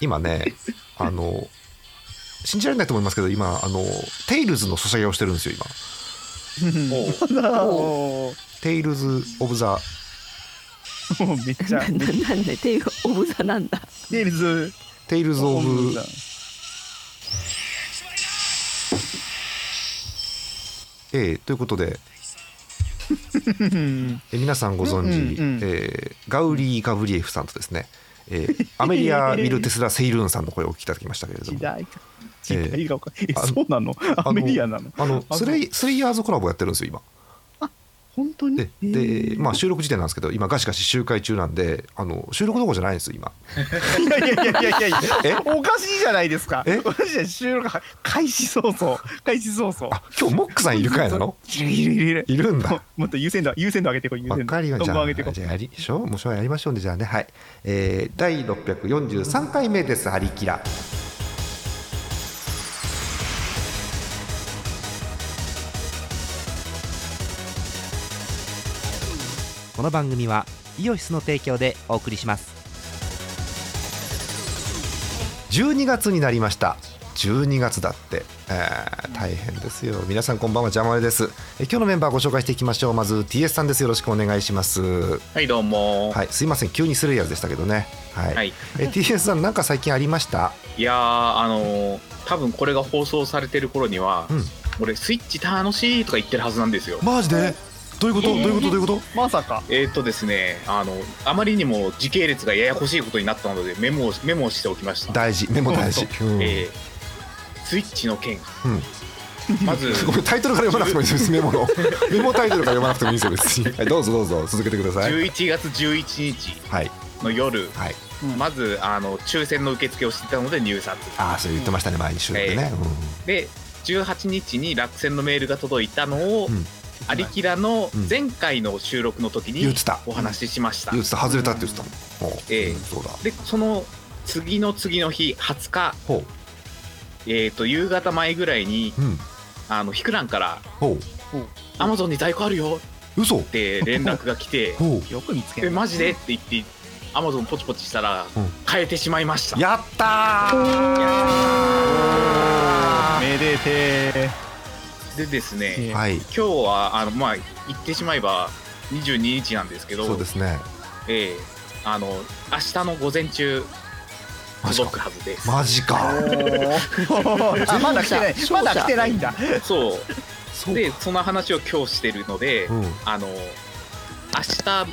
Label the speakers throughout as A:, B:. A: 今 ね、あの、信じられないと思いますけど、今、あの、テイルズのソシャゲをしてるんですよ、今。
B: おう
C: おー
A: テイルズ・オブ・ザ・
C: もうめっち
D: な
C: ゃ
D: んだなんだ手がオブザなんだ
C: テイルズ
A: テイルズ・オブ・えーということで、えー皆さんご存知、
C: うんうんうん
A: えーガウリー・ガブリエフさんとですね、えーアメリ ア・ミル・テスラ・セイルーンさんの声をお聞きいただきましたけれど
C: 時
A: も
C: 代か
A: え
C: 時
A: ー
C: 代がおかえ
A: あの
C: そうなのアメリアなの
A: あの
C: あ
A: スレイスレイヤーズコラボやってるんですよ今
C: 本当に
A: で
C: えー
A: で、まあ、収録時点なんですけど今ガシガシ集会中なんであの収録どころじゃないんですよ今
C: いやいやいやいやいや
A: え
C: おかしいじゃないですか
A: え
C: おかしいじゃない収録開始早々開始早々
A: あ今日モックさんいるかいな の
C: いるいるいるいる
A: いるん
C: も
A: だ
C: もっと優先度優先度上げてこい優
A: わ
C: 先
A: かりま
C: 度
A: じ
C: どん
A: ゃ
C: どん
A: あ
C: 上げてこ
A: じゃあやりしょうもうしょうやりましょうんでじゃあねはい、えー、第643回目です「ハリキラ」
E: この番組はイオシスの提供でお送りします
A: 12月になりました12月だって、えー大変ですよ皆さんこんばんはジャマルですえー今日のメンバーご紹介していきましょうまず TS さんですよろしくお願いします
B: はいどうも、
A: はいすいません急にスレイヤーズでしたけどねはい、
B: はい
A: えー TS さんなんか最近ありました
B: いやーあのー多分これが放送されてる頃には、
A: うん
B: 俺スイッチ楽しいとか言ってるはずなんですよ
A: マジでどういうこと
B: どういうこと
A: どういうこと
C: まさか
B: えーっ、とですねあのあまりにも時系列がややこしいことになったのでメモをメモをしておきました、
A: 大事メモ大事、うん
B: えースイッチの件、
A: うん
B: まず
A: ごめんタイトルから読まなくてもいいですメモ のメモタイトルから読まなくてもいいですよ別に、はい、どうぞどうぞ続けてください
B: 11月11日
A: はい
B: の夜
A: はい
B: まずあの抽選の受付をしていたので入札
A: ああそう言ってましたね前に週でね、
B: で18日に落選のメールが届いたのを、
A: うん
B: アリキラの
A: うん
B: 前回の収録の時
A: 言
B: に
A: ってた
B: お話ししました、
A: 言ってた外れたって言ってたもん、おう
B: ええ
A: うんそうだ
B: でその次の次の日20日、
A: ほう
B: えー、と夕方前ぐらいに
A: うん
B: あのヒクランから
A: ほ
B: 「アマゾンに在庫あるよ」
A: う嘘
B: って連絡が来て
A: ほ
C: よく見つ
B: 「
C: け
B: え
C: た
B: マジで?」って言ってアマゾンポチポチしたら
A: うん
B: 変えてしまいました、
A: うやったー
C: めでてー
B: でですね、
C: えー
A: はい
B: 今日はあのまあ言ってしまえば22日なんですけど
A: そうですね
B: ええあの明日の午前中
A: マジか
B: 届くはずです、
A: マジか
C: あまだ来てないまだ来てないんだ
B: そ
A: そうう
B: でその話を今日してるので、
A: うん
B: あの明日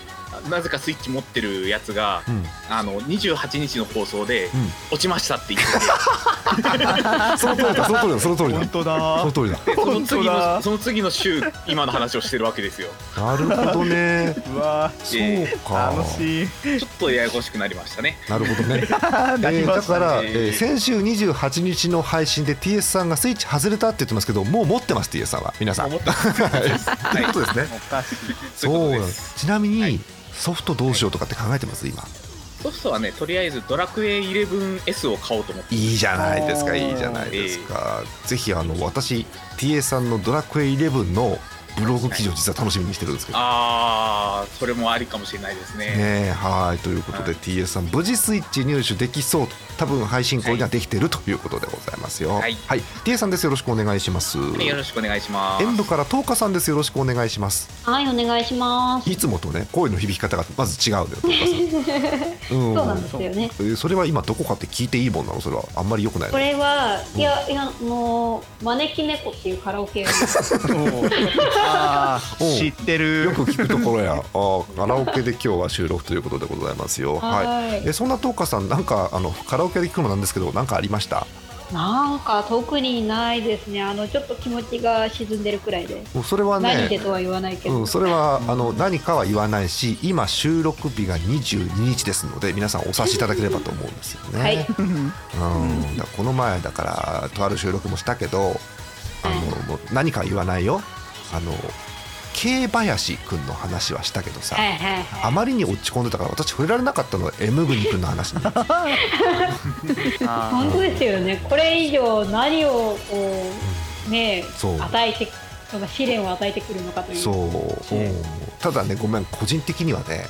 B: なぜかスイッチ持ってるやつが
A: うん
B: あの28日の放送で、
A: ん
B: 落ちましたって言って
A: その通りだその通りだその通りだ
C: 本当
A: そ
C: だ
A: の通りだ
B: てその
C: 本当
B: 次の
C: だ
B: その次の週今の話をしてるわけですよ
A: なるほどね
C: うわ
A: そうか
C: 楽しい
B: ちょっとややこしくなりましたね
A: なるほどね、
C: あ
A: え
C: なり
A: ー、
C: ま
A: だ
C: した
A: か
C: ね
A: ら、えー先週28日の配信で TS さんがスイッチ外れたって言ってますけどもう持ってます TS さんは皆さん
B: 思った
A: ということですね
C: おかしい
B: そういうことです
A: そうちなみに、
B: はい
A: ソフトどうしようとかって考えてます今
B: ソフトはねとりあえず「ドラクエ 11S」を買おうと思って
A: いいじゃないですか
C: あー
A: いいじゃないですか、ぜひあの私 TA さんの「ドラクエ11」のブログ記事を実は楽しみにしてるんですけど、
B: ああそれもありかもしれないですね
A: ねえはいということで、
B: はい
A: TS さん無事スイッチ入手できそうと多分配信後にはできてるということでございますよ
B: はい
A: はい、TS さんですよろしくお願いします
B: はいよろしくお願いします
A: 演舞から10日さんですよろしくお願いします
F: はい、お願いします。
A: いつもとね声の響き方がまず 違うのよ10日さん
F: そううなんですよね。
A: えーそれは今どこかって聞いていいもんなのそれはあんまり良くない
F: こ
A: の
F: れは、いや、いや、あのー、招き猫っていうカラオケを。
C: おうあー
A: おう
C: 知ってる
A: よく聞くところやあーカラオケで今日は収録ということでございますよはい
F: は
A: えそんな東花さんなんかあのカラオケで聞くのなんですけどなんかありました
F: い。なんか、特にないですね。あの、ちょっと気持ちが沈んでるくらいで。
A: もうそれは
F: 何で
A: ね
F: とは言わないけ
A: う
F: ど
A: ん、。それはあの何かは言わないし今収録日が22日ですので皆さんお察しいただければと思うんですよね、
F: はい。
A: うん、だからこの前だからとある収録もしたけどあのもう何かは言わないよあの慶林くんの話はしたけどさ、
F: はい、はい、
A: あ
F: は
A: まりに落ち込んでたから私触れられなかったのは M 国君の話に
F: い。
C: あ
F: 本当ですよね。これ以上、何を、こう、ね
A: そう
F: え、与えて。その試練を与えてくるのかという。
A: そう、うんただねごめん個人的にはね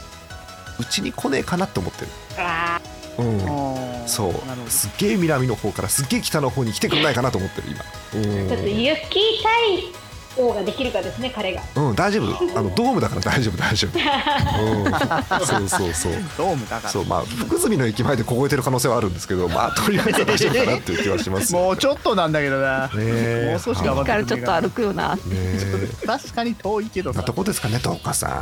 A: うちに来ねえかなって思ってる
F: あ
A: うん
C: あー
A: そう
C: なるほど
A: すっげえ南の方からすっげえ北の方に来てくれないかなと思ってる今
F: ーちょっと
A: う
F: 雪対応ができるかですね彼が
A: ん、うん、大丈夫あのドームだから大丈夫大丈夫、うん、そうそうそう
C: ドームだか
A: そう
C: ら
A: まあ福住の駅前で凍えてる可能性はあるんですけどまあとりあえずは大丈夫かなっていう気はします
C: もうち
A: ょっ
C: ょっとなんだけどな
A: ねえ
C: もう少し頑張
D: だ
C: って
D: からちょっと
C: く
D: 歩くよな。
A: とねえ
C: 確かに遠いけど
A: な
C: さ
A: とこですかね、トーカさん。
F: は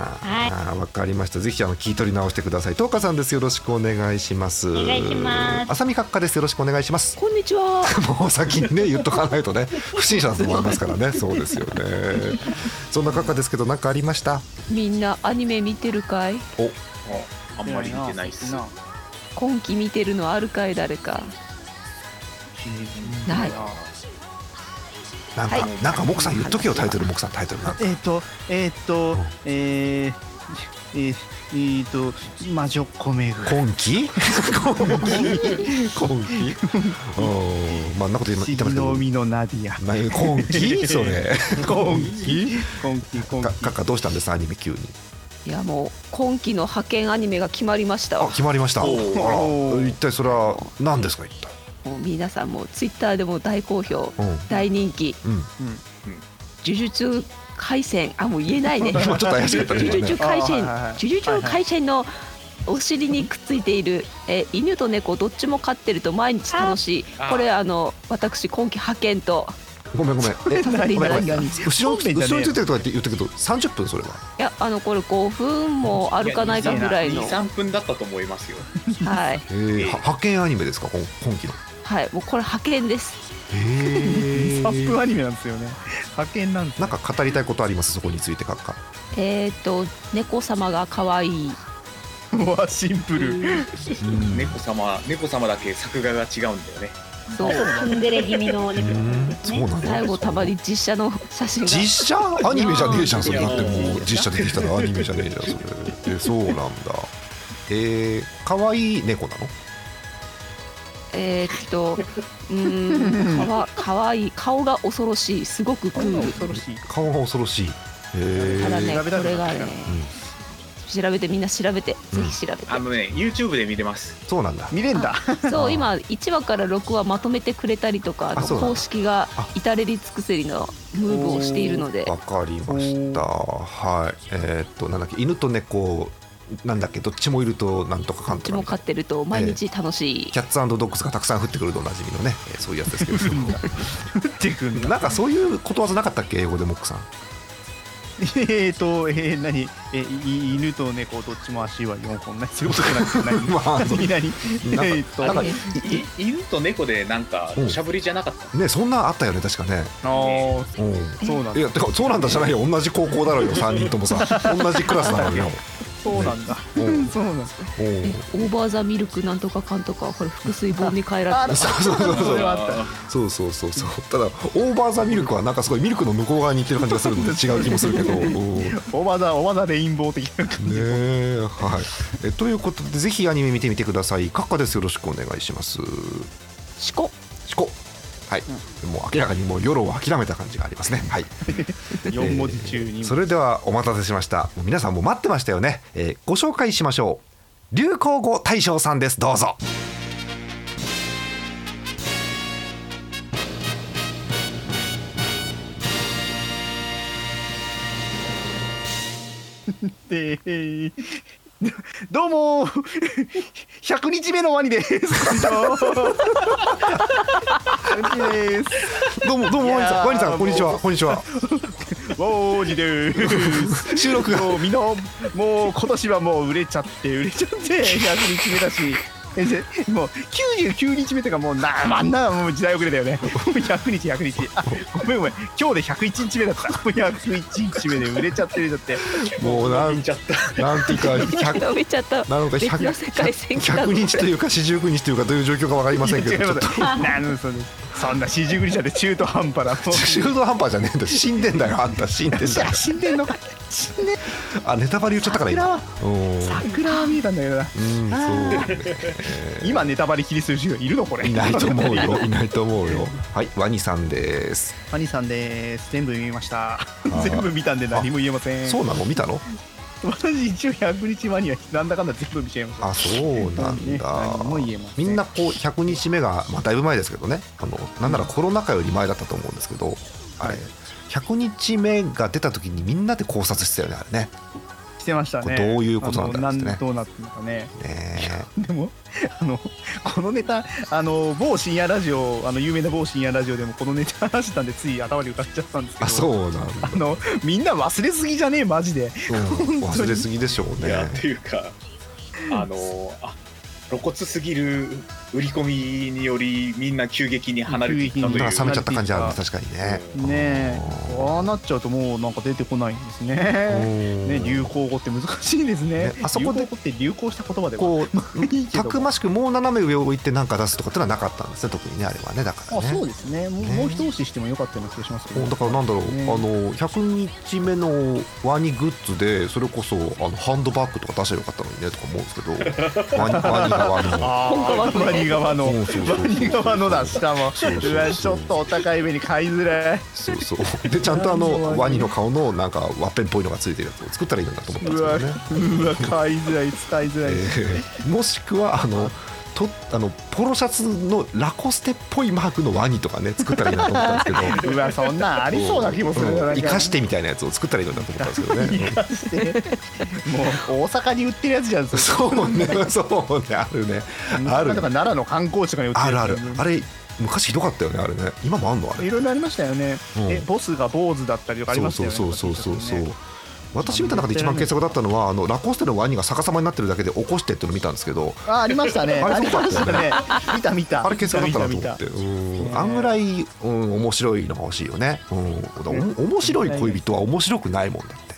F: い
A: あーわかりました。ぜひあの聞い取り直してください。トーカさんです。よろしくお願いします。
F: お願いします
A: 浅見閣下です。よろしくお願いします。
D: こんにちは。
A: もう先にね言っとかないとね、不審者だと思いますからね。そうですよね。そんな閣下ですけど何かありました？
D: みんなアニメ見てるかい
B: あんまり見てないっす。
D: 今期見てるのあるかい誰か。ない。
A: なんか、
D: は
A: なんかモクさん言っとけよタイトルモクさんタイトルなんか。
C: えっ、とえっ、とえー、えーえーと魔女コメグ
A: 今期？今期？今期？うんまあんなこと言いま言ってま
C: 忍
A: したけど。
C: びのナディア
A: な今期それ。
C: 今期今期今
A: か
C: 期
A: 閣下どうしたんですアニメ急に。
D: いやもう今期の派遣アニメが決まりました
A: あ
D: わ。
A: 決まりました。あ
B: お
C: ー
A: ら一体それは何ですか一体。
D: もう皆さんもツイッターでも大好評、
A: うん
D: 大人気。
A: うん。
D: 呪術廻戦あもう言 えないね。
A: 今ちょっと怪しかったね
D: 呪
A: 今ね
D: 術。廻
C: あ
D: 戦
C: はいはい
D: 呪術廻戦のお尻にくっついている、えー犬と猫どっちも飼ってると毎日楽しい
B: あー
D: これあの私今期派遣と
A: ごめんごめん。え
D: させてい
A: ごめ
D: た
A: んご
D: だ
A: め
D: い
A: ん
D: てます
A: 後ろ
C: 本編じゃねえよ
A: 後ろについてるとかって言ったけど30分それは。
D: いやあのこれ5分も歩かないかぐらいの
B: 2、3分だったと思いますよ。
D: はい、
A: えー、は派遣アニメですか今今期の。
D: はい、もうこれ派遣です
A: へ
C: サップ
A: ー
C: アニメなんですよね派遣なんです
A: なんか語りたいことありますそこについて閣下。
D: えっ、と猫様が可愛い う
C: わシンプル
A: うん
B: 猫様、猫様だけ作画が違うんだよね。
D: そう
F: ツンデレ気味の
A: う
F: 猫さん
A: ん
F: です
A: そう
F: ね
A: なの。
D: 最後たまに実写の写真が
A: 実写アニメじゃねえじゃんそれだって
B: いや
A: もう
B: ー
A: 実写出てきたらアニメじゃねえじゃんそれ。えそうなんだ。えー、可愛い猫なの？
D: えーっとうーんかわ可愛い顔が恐ろしいすごくクール
C: 恐ろしい
A: 顔が恐ろしい。えー、
D: ただね
C: 調べた
D: こ
C: くな
D: れ
C: っ
D: が
C: てきた
D: ね調べてみんな調べてぜひ調べて、
B: あのね、YouTube で見てます。
A: そうなんだ。
C: 見れんだ
D: そう今1話から6話まとめてくれたりとかあの
A: あそうなんだ
D: 公式が
A: あ
D: 至れり尽くせりのムーブをしているので
A: わかりました。はい。えーっとなんだっけ犬と猫なんだっけどっちもいるとなんとかか
D: ど
A: ん
D: っ
A: と
D: ち
A: かみ
D: も
A: たいな
D: 飼ってると毎日楽しい、
A: キャッツドッグスがたくさん降ってくるとおなじみのね、えーそういうやつですけど
C: 降ってくんだ
A: なんかそういうことわざなかったっけ英語でモックさん
C: えーと、えー、何えい犬と猫どっちも足は4本ない。そういうことなん です
A: まあ
C: 何何
A: なんか
C: えーと、
A: なんか
D: ね
B: い犬と猫でなんか、しゃぶりじゃなかった。
A: ねそんなんあったよね確かね
C: あー
A: うん
C: そうなん
A: い
C: だ。
A: やてかそうなんだじゃないよ同じ高校だろうよ3人ともさ同じクラスなのよ
C: そうなんだ。
A: うん
C: そうなん
A: う
C: だ。
A: ん
D: えオーバーザミルクなんとかかんとかこれ腹水本に変えられて
A: そうそうそう
C: そ
A: そ
C: れ
A: う
C: はあったよ。
A: そうそうそうそうただオーバーザミルクはなんかすごいミルクの向こう側に行ってる感じがするので違う気もするけ どうんね
C: おばだ、おばだレインボー的な 感じ。
A: えはいえということでぜひアニメ見てみてください閣下ですよろしくお願いします
D: しこ
A: しこはい、もう明らかにもう夜を諦めた感じがありますねはい
C: 4文字中に。
A: それではお待たせしましたもう皆さんもう待ってましたよね、えーご紹介しましょう流行語大賞さんですどうぞ
C: で、えー どうもー100日目のワニです。こんにちはワニです。
A: どうもどうもワニさんワニさんこんにちはこんにちは
C: ワニです。
A: 収録が
C: もうみんなもう今年はもう売れちゃって売れちゃって100日目だしえぜもう99日目とかもうなあんなもう時代遅れだよねもう100日100日あごめんごめん今日で101日目だったもう101日目で売れちゃって売れちゃって
A: もうなんちゃったなんていうか100
D: 食べちゃった
A: なんか100
D: 別の世界線来た
A: 100
D: の
A: 日というか49日というかどういう状況かわかりませんけ
C: いや
A: ど
C: 違
A: ち
C: い
A: ょっ と
C: ますなんそのそんな四十九日なんて中途半端なもう
A: 中途半端じゃねえんだよ死んでんだよあんた死んでんだよ
C: 死んでんのか死んでん
A: あネタバレ言っちゃったから今うん
C: 桜は見えたんだけどな
A: うんそう
C: 今ネタバレ切りする人がいるのこれ
A: いないと 思う よいないと思うよはいワニさんです
C: パニさんです全部見ました全部見たんで何も言えません
A: そうなの見たの
C: 私一応100日間にはなんだかんだ全部見ちゃいます
A: あそうなん
C: ね
A: だ
C: 何も言えませ
A: み
C: ん
A: んなこう100日目が、まあ、だいぶ前ですけどねあのなんならコロナ禍より前だったと思うんですけどあれ100日目が出た時にみんなで考察してたよねあれね
C: してましたね
A: これどういうことなんだろう
C: あの
A: ってね
C: どうなってんのかね
A: ね
C: でもあのこのネタあの某深夜ラジオあの有名な某深夜ラジオでもこのネタ話してたんでつい頭に浮かっちゃったんですけど
A: あそうなん
C: あのみんな忘れすぎじゃねえマジで
A: うん、忘れすぎでしょう
B: いやっ
A: ね。
B: ていうかあのあ露骨すぎる売り込みによりみんな急激に離れていった
A: な
B: と
A: ん
B: い
A: か
B: う
A: 冷めちゃった感じあるね確かにね。
C: ねえこうなっちゃうともうなんか出てこないんですねね
A: ね
C: 流行語って難しいですね
A: ねあそこで
C: 流行語って流行した言葉では
A: こ
C: いいうけ
A: た
C: ど
A: くましくもう斜め上を行って何か出すとかってのはなかったんですね特にねあれはねだから
C: あ
A: ね
C: そう。ですねもう
A: ね
C: もう一押ししてもよかったような気がしますけど
A: だからなんだろう、
C: ね
A: あの100日目のワニグッズでそれこそあのハンドバッグとか出せばよかったのにねとか思うんですけど ワニワニ側の
C: あーワニ側の
A: そうそうそう
C: ワニ側のだしかも
A: そうそうそう
C: うわちょっとお高い目に買いづらい
A: そうそうでちゃんとあのワニの顔のなんかワッペンっぽいのがついてるやつを作ったらいいのだと思ったんで
C: う
A: す
C: わ
A: けどね。
C: うわ買いづらい使いづらい
A: えーもしくはあのとあのポロシャツのラコステっぽいマークのワニとかね作ったらいいなと思ったんですけど
C: うわそんなん ありそうな気もする
A: うん生かしててみたいなやつを作ったらいいのだと思ったんですけどね
C: もう大阪に売ってるやつじゃんそれ
A: そうねそうねあるねある
C: とか奈良の観光地とかに売って
A: あ
C: る
A: る
C: や
A: あ
C: つ
A: るあれ昔ひどかったよねあれね今もあんのあれ
C: いろいろありましたよね、
A: うん
C: えボスが坊主だったりとかありました
A: そ
C: よ
A: う
C: ね
A: そうそうそうそう、
C: ね
A: 私見た中で一番傑作だったのはあのラコステのワニが逆さまになってるだけで起こしてっていうのを見たんですけど
C: あありましたね
A: あ
C: あ
A: れ
C: り
A: そうだ
C: ま
A: っ
C: したた
A: よ
C: ね見た見た
A: あれ傑作だったなと
C: 見
A: 思
C: た
A: っ
C: 見
A: て
C: た
A: うん
C: ね
A: あんぐらい、うん、面白いのが欲しいよね、うん、だからおも面白い恋人は面白くないもんだって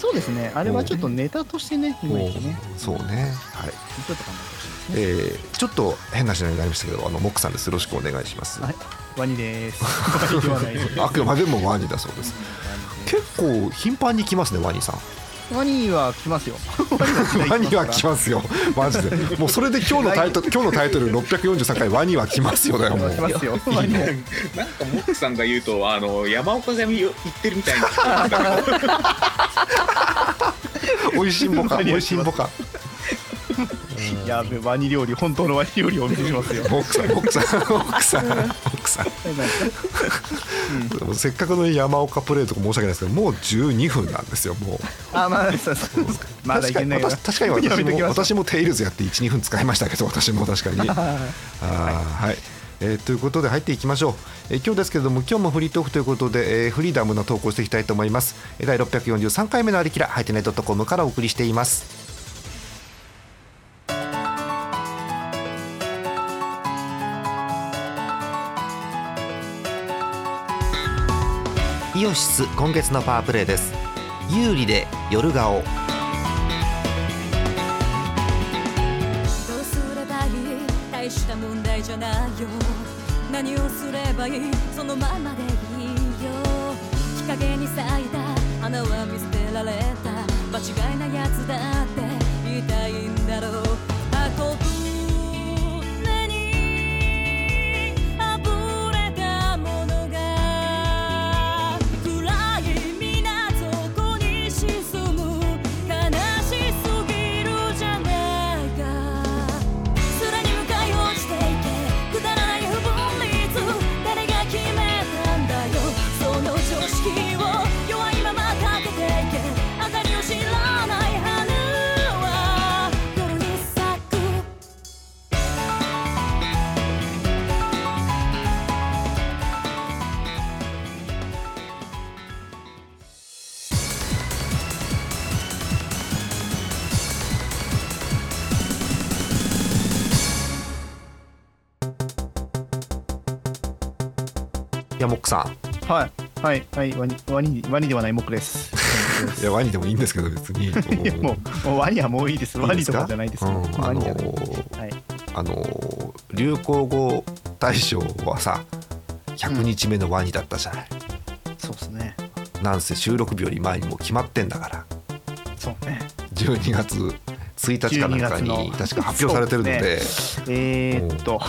C: そうですねあれはちょっとネタとしてね今言ってね
A: うんそうねはい、
C: ちょっと考えてほしいですね
A: えーちょっと変な話になりましたけどあのモックさんですよろしくお願いします、
C: はいワニでーす ワニではないです
A: あくまでもワニだそうです結構頻繁に来ますねワニさん
C: ワニは来ますよ
A: ワ
C: ワ
A: ニは来
C: ま
A: ますよマジでもうそれで今日のタイトル今日のタイトル643回ワニは来ますよだよもう
C: 来ますよワニは
B: なんかモックさんが言うとあの山岡が言ってるみたいな
A: 美味しんぼか
C: ワニ
A: 美
C: は来ます
A: 味しんぼか
C: やべワニ料理本当のワニ料理をお見せしますよ
A: モックさんモックさんモックさんモックさんせっかくの山岡プレーとか申し訳ないですけどもう12分なんですよもう
C: あまだそうそうまだい
A: 確か
C: け
A: に
C: ないわ
A: 私確かに
C: や
A: 私
C: めと
A: も
C: きましょう
A: 私もテイルズやって12分使いましたけど私も確かにあーはいえーということで入っていきましょう、えー今日ですけれども今日もフリートークということで、えーフリーダムな投稿していきたいと思いますえー第643回目のありきらハイテナイトコムからお送りしています
E: イオシス今月のパワープレイです有利で夜顔
G: どうすればいい大した問題じゃないよ何をすればいいそのままでいいよ日陰に咲いた花は見捨てられた間違いなやつだって言いたいんだろう運ぶ目にあぶれたものが暗い港に沈む悲しすぎるじゃないか空に向かい落ちていけくだらない不分率誰が決めたんだよその常識を弱いままかけていけあたりを知らない花は夜に咲く
A: いやモックさ
C: はいはいはいワニワニワニではないモックです
A: んいやワニでもいいんですけど別に
C: いやもうもうワニはもういいです。
A: いい
C: ワ
A: で
C: ニ
A: す
C: と
A: か
C: かじゃないです。
A: うん
C: ワニじゃ
A: あ
C: ない
A: のー
C: はい。
A: あのー流行語大賞はさ100日目のワニだったじゃない、
C: そうですね。
A: なんせ収録日より前にもう決まってんだから
C: そうね。
A: 12月1日かなんか
C: 12
A: に
C: 月
A: 確か
C: の
A: 発表されてるので、
C: えー、っと、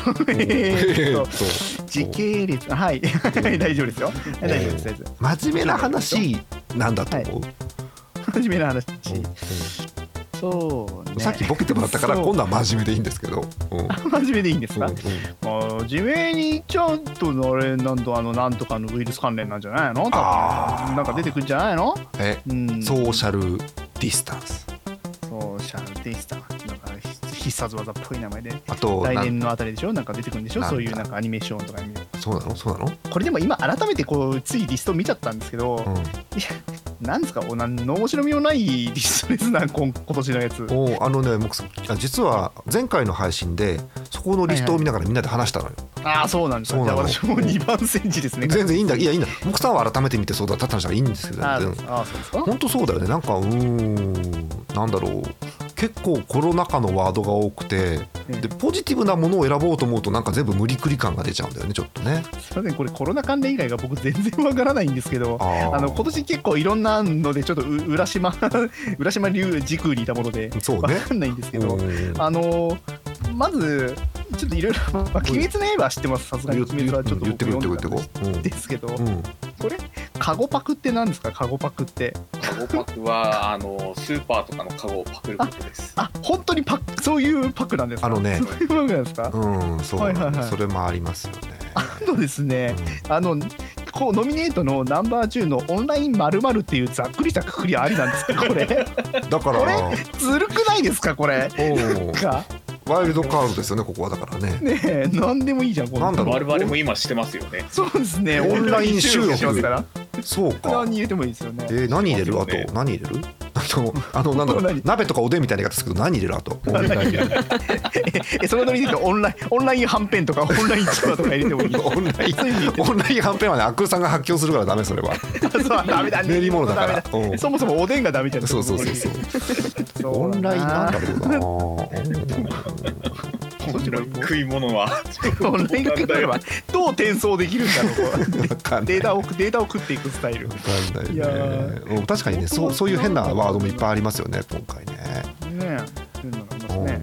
C: えーっと、時系列、 はい、大丈夫ですよ。大丈夫です、大丈夫です。
A: 真面目な話なんだと思う、
C: 真面目な話
A: うんうん
C: そうね
A: さっきボケてもらったから
C: そう
A: 今度は真面目でいいんですけど、うんうん
C: 真面目でいいんですか
A: うん
C: まあ地面にちゃんとあれなんとあのなんとかのウイルス関連なんじゃないの多分
A: あー
C: なんか出てくるんじゃないの
A: え
C: うん
A: ソーシャルディスタンス
C: ソーシャルディスタンスなんか必殺技っぽい名前で
A: あと
C: 来
A: なん
C: 年のあたりでしょなんか出てくるんでしょ
A: なんだ
C: そういうなんかアニメーションとかアニメ
A: そうなのそうなの、
C: これでも今改めてこうついリスト見ちゃったんですけど、
A: う
C: なんですかおなんの面白みもないリストですな今今年のやつ
A: ん、おーあのね僕あ実は前回の配信でそこのリストを見ながらみんなで話したのよ、
C: ああそうなんです
A: そ
C: か
A: う
C: じ
A: な
C: ゃあ
A: の
C: 私も2番センチですね
A: 全然いいんだいやいいんだ僕さんは改めて見てそうだったって話だからいいんですけど
C: あ
A: 全然
C: ーあーそうですか
A: 本当そうだよねなんかうーんなんだろう結構コロナ禍のワードが多くて
C: うん
A: でポジティブなものを選ぼうと思うとなんか全部無理くり感が出ちゃうんだよねちょっとね
C: すいませんこれコロナ関連以外が僕全然わからないんですけど
A: あー
C: あの今年結構いろんなのでちょっとう浦島浦島流時空にいたもので
A: そう
C: わ
A: ね
C: かんないんですけど、
A: うん
C: あのーまずちょっといろいろ「まあ鬼滅の刃」は知ってますさすがに
A: 言
C: 鬼滅はちょっと
A: 言って
C: 僕
A: くれ言
C: 読
A: っ
C: ん
A: てくれ言ってくれ
C: でたんですけど
A: うんうん
C: これカゴパクって何ですかカゴパクって
B: カゴパクはあのスーパーとかのカゴをパクることです。
C: あ本当にパクそういうパクなんですか
A: あのね
C: そういうパクなんですか、
A: うん、そうなんだ、
C: はいはいはい
A: それもありますよね。
C: あとです ねあのこうノミネートのナンバー10の「オンラインまるっていうざっくりしたくくりありなんですけどこれ
A: うんだから、
C: こずるくないですかこれ
A: おう
C: か
A: ワイルドカードですよね、ここはだからね。
C: ねえ何でもいいじゃんこ
A: なんだろう
B: 我々も今してますよね。
C: そうですねオンライン収録しますから
A: そうか
C: 何。入れてもいいですよね
A: えー何入れるあと
B: ね
A: 何入れるあとあのなんだろう
C: 何
A: 鍋とかおでんみたいな言い方するけど何入れるあとオンライン
C: えそのノリで言うとオンラインオンラインはんぺんとかオンラインチコラとか入れてもいい
A: オンラインオンラインはんぺんはねアクルさんが発狂するからダメそれ は
C: そうダメだ
A: 練り物だから
C: ダメ
A: おう
C: そもそもおでんがダメじゃん
A: そうそうそうそう
C: そう
A: オンラインなんだろうな
B: もちろん食い物は
C: オンラインが来ればどう転送できるんだろう
A: 分
C: こ
A: か
C: うん
A: ない
C: データをデータを食っていくスタイル
A: わかんない
C: い
A: ね
C: やー
A: うん確かにねそうそういう変なワードもいっぱいありますよね今回ね
C: ねえそういうのがありますね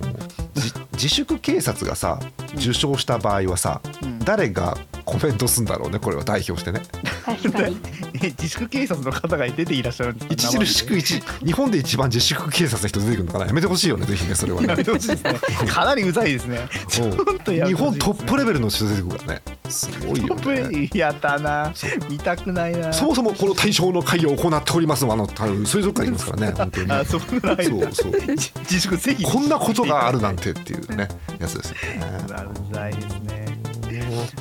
A: じ自粛警察がさ受賞した場合はさ、
C: うん
A: 誰がコメントするんだろうねこれは代表してね
F: 確かに。
C: え自粛警察の方が出ていらっしゃるんですか
A: 著しく一日本で一番自粛警察の人出てくるのかなやめてほしいよねぜひねそれは
C: やめ
A: ね
C: てほしいですねかなりうざいですね ちょっとやめ
A: 日
C: てほ
A: 本
C: しいですね
A: トップレベルの人出てくるからねすごいよ
C: トッ
A: ね
C: プやったな見たくないな
A: そもそもこの対象の会を行っておりますのはあのた水族館にいますからね本当にね
C: あそこぐらい
A: そうそう
C: 自自粛せひ
A: こんなことがあるなんてっていうねやつですよ
C: う
A: ね
C: わうざいですね
A: え
C: も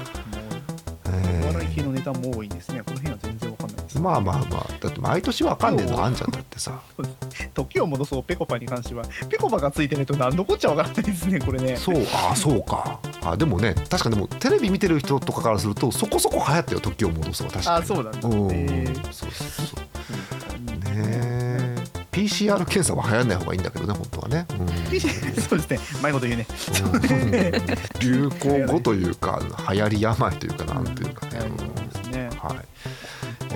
C: うお
A: ー
C: 笑い系のネタも多いですねこの辺は全然わかんないです
A: まあまあまあだって毎年わかんねえのあんじゃんだってさ
C: 時を戻そうぺこぱに関してはぺこぱがついてないと何のこっちゃわからないですねこれね
A: そうああそうかあでもね確かにでもテレビ見てる人とかからするとそこそこ流行ったよ時を戻すは確かに
C: あそうなんだ
A: うん
C: えー
A: そうそうそうねえ PCR 検査は流行んない方がいいんだけどね本当はね、うん
C: そうですねうまいこと言うね
A: 流行語というか流行り病というかなんというかね、
C: う
A: うん
C: んそうですね
A: はい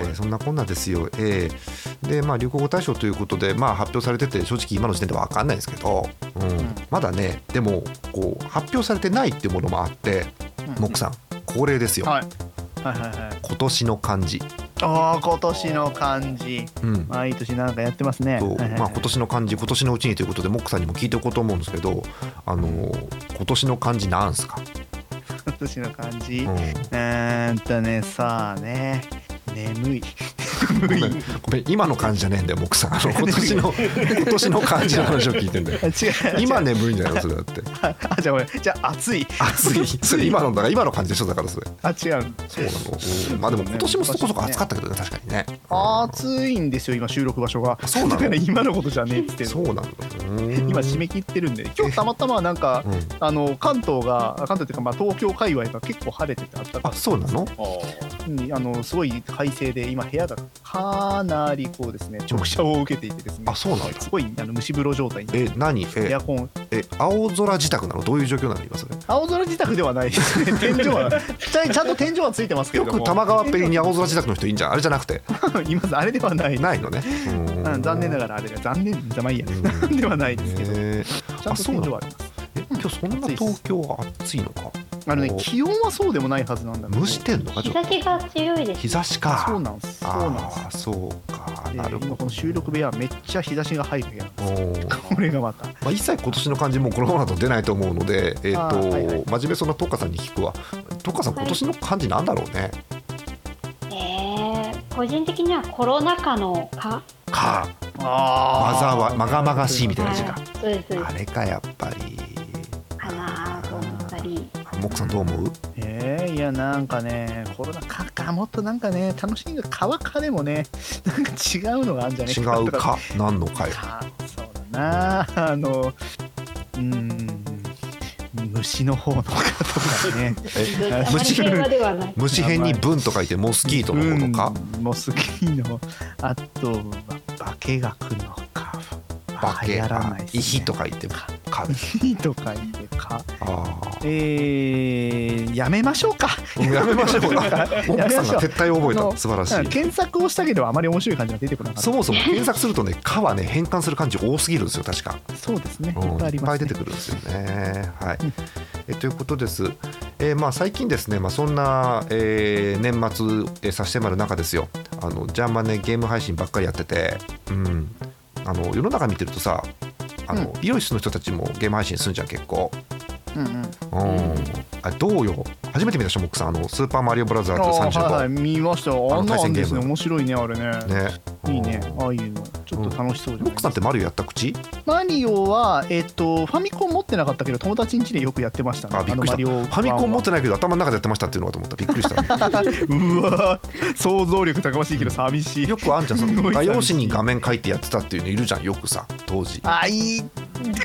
A: えーそんなこんなですよ、えーでまあ、流行語大賞ということで、まあ、発表されてて正直今の時点では分かんないですけど、うん
C: ん
A: まだねでもこう発表されてないっていうものもあって、
C: うん
A: モックさん恒例ですよ、
C: はいはいはいはい
A: 今年の漢字、
C: ああ今年の漢字
A: うん
C: 毎年なんかやってますね
A: と
C: はいはいはい
A: まあ、今年の漢字今年のうちにということでモックさんにも聞いておこうと思うんですけど、あのー今年の漢字なんすか、
C: 今年の漢字
A: うん、
C: うーんとねさあね眠い
A: ごめ
C: 眠い
A: んごめん今の漢字じゃねえんだよモックさん あの今年の今年の漢字の話を聞いてんだよ
C: あ 違う
A: 今眠いんじゃないのそれだって
C: あじゃあごめんじゃあ暑い
A: 暑 いそれ今のだから今の感じでしょだからそれ
C: あ違う
A: そうなの、うんまあでも今年もそこそこ暑かったけどね確かにね
C: 暑いんですよ今収録場所が
A: そうなの
C: だから今のことじゃねえっつってんの
A: そうなんだうん
C: 今締め切ってるんで今日たまたまなんか
A: うん
C: あの関東があ関東っていうかまあ東京界隈が結構晴れててあった
A: あ
C: か
A: そうなの
B: あー
C: くうんあのすごい快晴で今部屋がかなりこうですね直射を受けていてですね
A: あそうなんだ
C: すごいあの蒸し風呂状態に
A: え何
C: エ
A: え
C: アコン
A: え青空自宅なのどういう状況なの今それ
C: 青空自宅ではないですね天 井はちゃんちゃんと天井はついてますけれ
A: よ
C: ども
A: く 玉川ペンに青空自宅の人いいんじゃんあれじゃなくて
C: いますあれではない
A: ないのねうん
C: うん残念ながらあれが残念ざまあいいや
A: う
C: ではないですけど、
A: ねえ
C: ちゃんと天井はあります
A: え今日そんな東京は暑いのか
C: あのね
A: お
C: 気温はそうでもないはずなんだけど
A: 蒸してんのかち
F: 日
A: ょっ
F: 差
A: と
F: しが強いです。
A: 日差しか
C: そうなんですそうなんです
A: あーそうかあ
C: で
A: なるほ
C: 今
A: ど
C: この収録部屋はめっちゃ日差しが入る部屋
A: おー
C: これがまた
A: まあ、一切今年の漢字もこのままだと出ないと思うので、えっと
C: あーはいはい
A: 真面目そうなトッカさんに聞くわトッカさん
F: はい
A: 今年の漢字なんだろうね
F: えー、個人的にはコロナ禍のか
A: か
C: あ
A: まざわまがまがしいみたいな字
F: は
A: が
F: いそうですそうで
A: あれかやっぱり
F: すかなと思ったり
A: モックさんどう思う
C: えー、いやなんかねコロナ禍かもっとなんかね楽しみが川かでもね なんか違うのがあるんじゃない
A: 違
C: か
A: うか何のかよ
C: かそうだなあのうーん虫の方のかとかね
A: え
F: あまり平和ではない
A: 虫編に文と書いてモスキートのものか、
C: うんモスキーのあとは化学のか
A: 化け
C: 流行ら
A: あ
C: ないですね
A: イヒと書いてかか
C: いいと書いてか
A: あー
C: えー、やめましょうか
A: やめましょう
C: やめ
A: モ
C: ましょう
A: ックさんが撤退を覚え
C: あ
A: た
C: の
A: 素晴らし
C: うん
A: い
C: 検索をしたけどあまり面白い感じが出てこなかった
A: そもそも検索するとね「か」はね変換する漢字多すぎるんですよ確か
C: そうですね。い
A: うん
C: っぱいあります、ね。
A: 出てくるんですよね。はい
C: うん、
A: えということです。えーまあ、最近ですね、まあ、そんな、えー年末、えー差し迫る中ですよあのジャンマねゲーム配信ばっかりやってて、うん、あの世の中見てるとさあの、美容室の人たちもゲーム配信するじゃん結構。
C: うんうん。
A: うんあどうよ初めて見たしょもっくさんあの「スーパーマリオブラザ
C: あ
A: ーズ35」
C: あはいはい見ました。
A: の
C: あんな
A: 対
C: あ
A: 戦
C: ん
A: ゲーム
C: ですね。面白いねあれね。
A: ね。
C: いいね
A: う。ん
C: ああいうのちょっと楽しそうじ
A: モ
C: ゃな
A: ッ
C: い
A: クさんってマリオやった口
C: マリオはえっ、とファミコン持ってなかったけど友達ん家でよくやってましたね。
A: あびっくりした
C: あのマリオ
A: ファミコン持ってないけど頭の中でやってましたっていうのかと思ったびっくりした
C: うわ想像力高ましいけど寂しい。
A: よくあんじゃんそ
C: す
A: の
C: ごい
A: 画用紙に画面書いてやってたっていうのいるじゃんよくさ当時
C: あいい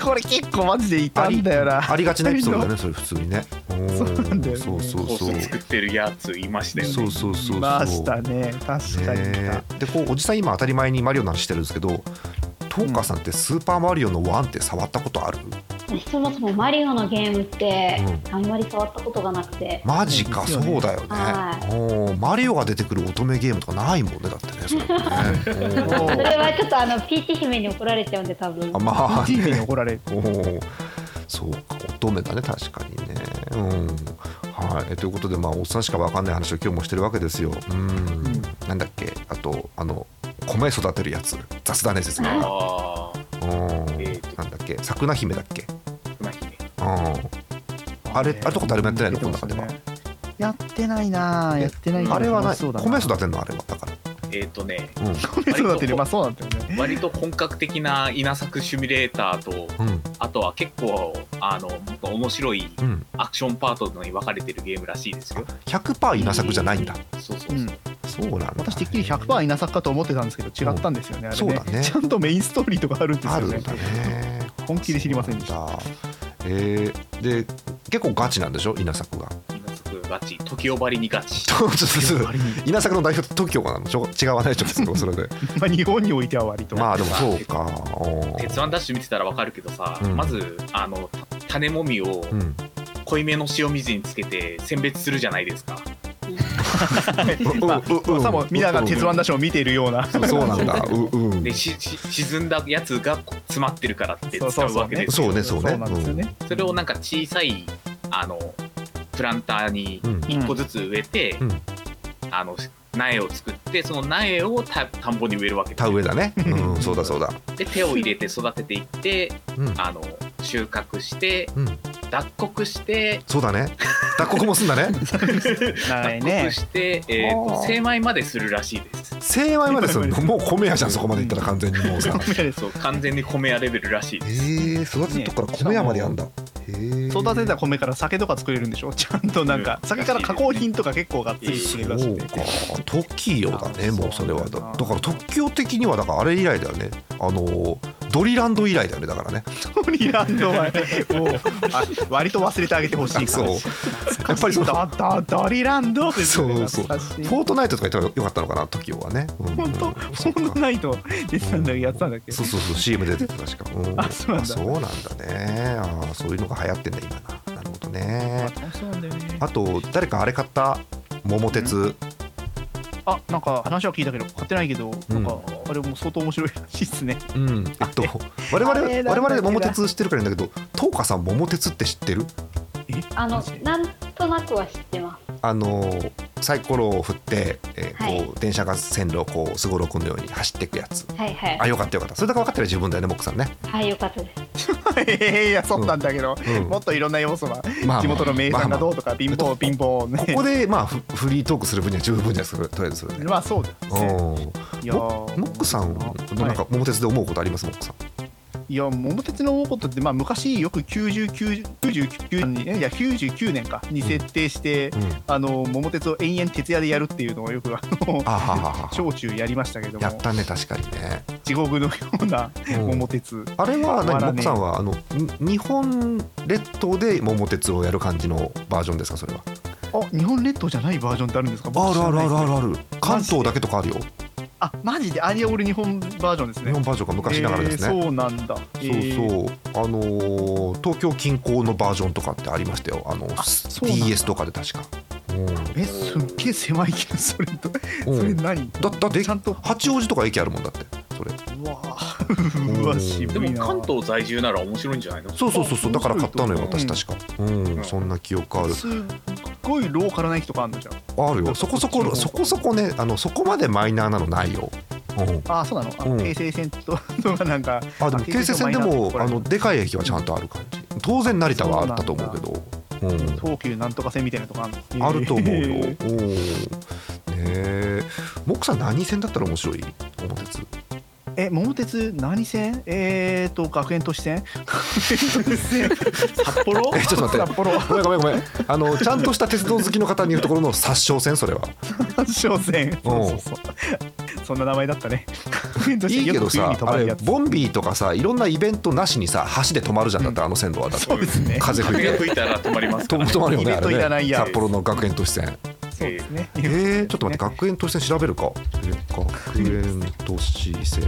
C: これ結構マジでいたんだよな。
A: あり がちなエピソードだ ねそれ普通にねおー
C: そうなんだよね
A: そうそう
B: コ
A: そう
B: ース作ってるやついましたよね
A: そうそうそうそう
C: いましたね確かにいた。
A: ねえでこうおじさん今当たり前にマリオの話してるんですけどトーカーさんってスーパーマリオのワンって触ったことある、
F: そもそもマリオのゲームって
A: う
F: あんまり触ったことがなくて
A: マジか、
C: です
A: そ
C: よね
A: うだよね
F: は
A: おーマリオが出てくる乙女ゲームとかないもんねだってねそれもね
C: お
F: そ
C: ー
F: れはちょっとあのピーチ姫に怒られちゃうんで多分
A: あまあ
C: T に怒られる。
A: おお、そうか、乙女だね、確かにね。うん、はい、えということで、まあ、おっさんしかわかんない話を今日もしてるわけですよ。うん、なんだっけ、あと、あの、米育てるやつ、雑だね、説明。うん、
B: ああえーと
A: なんだっけ、さくな姫だっけ。
B: 熊姫
A: うん。あれ、あれとか誰もやってないの、この中では。
C: やってないなぁやってない
A: あれはない、
C: そうだ
A: 米育てんの、あれは、だから。
B: えっ、とね
A: うん、
C: 米育てるまあそうなんだよね
B: 割と本格的な稲作シミュレーターと
A: うん、
B: あとは結構あのもっと面白い
A: うん、
B: アクションパートに分かれてるゲームらしいですよ
A: 百パー稲作じゃないんだ。
B: そうそう
C: う
B: そう、
C: ん
A: そうなんだ。
C: 私てっきり100%稲作かと思ってたんですけど違ったんですよね、あれね
A: そうだね
C: ちゃんとメインストーリーとかあるんです
A: あ
C: よ
A: るん
C: ね
A: だね。
C: 本気で知りませんでした
A: そうなんだ。えー、で結構ガチなんでしょ稲作 が。
B: 稲作ガチ時をばりにガチ
A: ちょっとずつ
C: 割に
A: 稲作の代表と TOKIO なのちょ違わないでしょそれで。
C: まあ日本においては割 と、
A: まあでもそうか。おー
B: 鉄腕ダッシュ見てたら分かるけどさ、
A: うん
B: まずあのた種もみを
A: うん、
B: 濃いめの塩水につけて選別するじゃないですか、
C: まあ
A: うん
C: さも皆が鉄腕ダッシュを見ているような
A: そうそうなんだ。ううん
B: で。しし沈んだやつが詰まってるからって
C: そう
B: 使
C: そう
B: う
C: そう
B: わけ
C: ね
B: です
A: そうねそうね
C: なんですよね、
B: それをなんか小さいあのプランターに
A: うん
B: 1個ずつ植えて、
A: うん
B: あの苗を作ってその苗をた田んぼに植えるわけで
A: 田
B: す
A: 植えだね。うんそうだそうだ。
B: で手を入れて育てていって
A: うん
B: あの収穫して
A: うん
B: 脱穀して
A: そうだね。脱穀もすんだね。
C: はい
B: 脱
C: ね
B: 穀して、えーと精米までするらしいです
A: 精米までするのもう米屋じゃんそこまでいったら完全にもう さ。
B: そう完全に米屋レベルらしい
A: え
B: です
A: ー、育てるとこから米屋までやんだ。へー
C: 育てた米から酒とか作れるんでしょちゃんとなんか
B: うん
C: 酒から加工品とか結構がっつり作れるらし
A: そう
C: く
A: か
C: て、
A: トキオだね、もうそれはだ。
C: そう
A: だ
C: だ
A: か
C: な
A: ら特許的にはだからあれ以来だよね。あのドリランド以来だよねだからね。
C: トニランドはもうあ割と忘れてあげてほし い
A: そう。や
C: 感じ
A: っぱりその
C: だだドリランドですね
A: そうそう
C: 懐かしい
A: フォートナイトとか言ったらよかったのかな、トキオはね。うん
C: 本当
A: そ
C: フ
A: うか
C: ォートナイト出てたんだけどやってたんだっけ
A: そうそうそう CM 出てた確か。うん
C: あそうなんだ
A: あそうなんだね。あーそういうのが流行ってんだ今な。なるほどね。
C: そうなんだよね
A: あと誰かあれ買った桃鉄。
C: あなんか話は聞いたけど買ってないけどなんか
B: うん
C: あれも相当面白いらしいっすね
A: うん。えっと我々
C: あれなんだ
A: 我々桃鉄知ってるからいいんだけど、トーカさん桃鉄って知ってる？
F: あの
C: マジで
F: なんとなくは知ってます
A: あのーサイコロを振って、えーこう
F: は
A: 電車が線路をこうすごろくのように走っていくやつ
F: はいはい
A: あよかったよかったそれだけ分かってる自分だよねモックさん ね、
F: はいよかったです
C: いやそうなんだけど、
A: うん
C: もっといろんな要素が
A: まあ
C: 地元の名産がどうとか貧乏貧乏
A: こ
C: ね
A: こでまあフフリートークする分には十分じゃないですかとりあえずそれね
C: まあそうです
A: お
C: ね
A: ー
C: いや
A: モ
C: ー
A: モックさんはなんか桃鉄で思うことありますモックさん
C: いや桃鉄のことってまあ昔よく99 99年にねいや99年かに設定して、
A: うん
C: あの桃鉄を延々徹夜でやるっていうのをよくあの
A: あはは はは
C: 小中やりましたけど
A: やっ
C: も
A: たね確かにね
C: 地獄のような
A: うん
C: 桃鉄
A: あれは
C: 終
A: 何
C: わらねえ
A: モックさんはあのに日本列島で桃鉄をやる感じのバージョンですかそれは
C: あ日本列島じゃないバージョンってあるんですか僕
A: あ
C: 知
A: るあ
C: ら
A: る
C: ない
A: あ
C: です
A: るあるある関東だけとかあるよ
C: あマジであれ俺日本バージョンです
A: 日
C: ね
A: 本バージョンが昔ながらです
C: え
A: ね、
C: ーそうなん
A: そう
C: だ
A: そう、あのー東京近郊のバージョンとかってありましたよあの
C: そうなんだ
A: DS とかで確か、
C: えーえすっげえ狭いけどそれと
A: うん
C: それ
A: うんだ
C: 何
A: だって
C: ちゃんと
A: 八王子とか駅あるもんだってそれ
C: うわーうわ
B: で
C: 渋い
B: も
C: な
B: 関東在住なら面白いんじゃないの
A: そうそうそうそうだから買ったのよ
B: うん
A: 私確かうん、
B: うん
A: そんな記憶ある
C: すっごいローカルな駅とかあるのじゃん
A: あるよそこそ
C: そっちの
A: こ
C: 方が
A: そこそこねあのそこまでマイナーなのないよ、うん、
C: あそうなの、あ
A: うん
C: 京成線とかなんか
A: あでも京成線でも
C: マイナーなところ
A: あのでかい駅はちゃんとある感じ当然成田はあったと思うけどうん
C: 東急なんとか線みたいなとこあるの
A: あると思うよ。お
C: へー
A: ーねえ、モクさん何線だったら面白い？桃鉄。
C: え桃鉄何線えーと学園都市 線 学園線
B: 札幌
A: えちょっと待っ
C: 札
A: て。
C: 幌
A: ごめんごめんごめん。あのちゃんとした鉄道好きの方に言うところの殺傷線それは。
C: 商船そうそうそうそんな名前だっ たね学園都市
A: いいけど
C: よ
A: さ
C: く冬に、泊
A: あ
C: まる
A: れ
C: やつ
A: ボンビーとかさ、いろんなイベントなしにさ橋で止まるじゃんだってあの線路はだって
C: そうですね
A: 風吹い
B: 風
A: て。
B: が吹いたら止まります
A: と
B: から ね
A: 止まるよね
C: イベントいら
A: あ
C: な
A: れ
C: い
A: ね。
C: や
A: 札幌の学園都市線。
C: そうですね
A: えー、ちょっと 待って学園都市線調べるか。え学園都市線。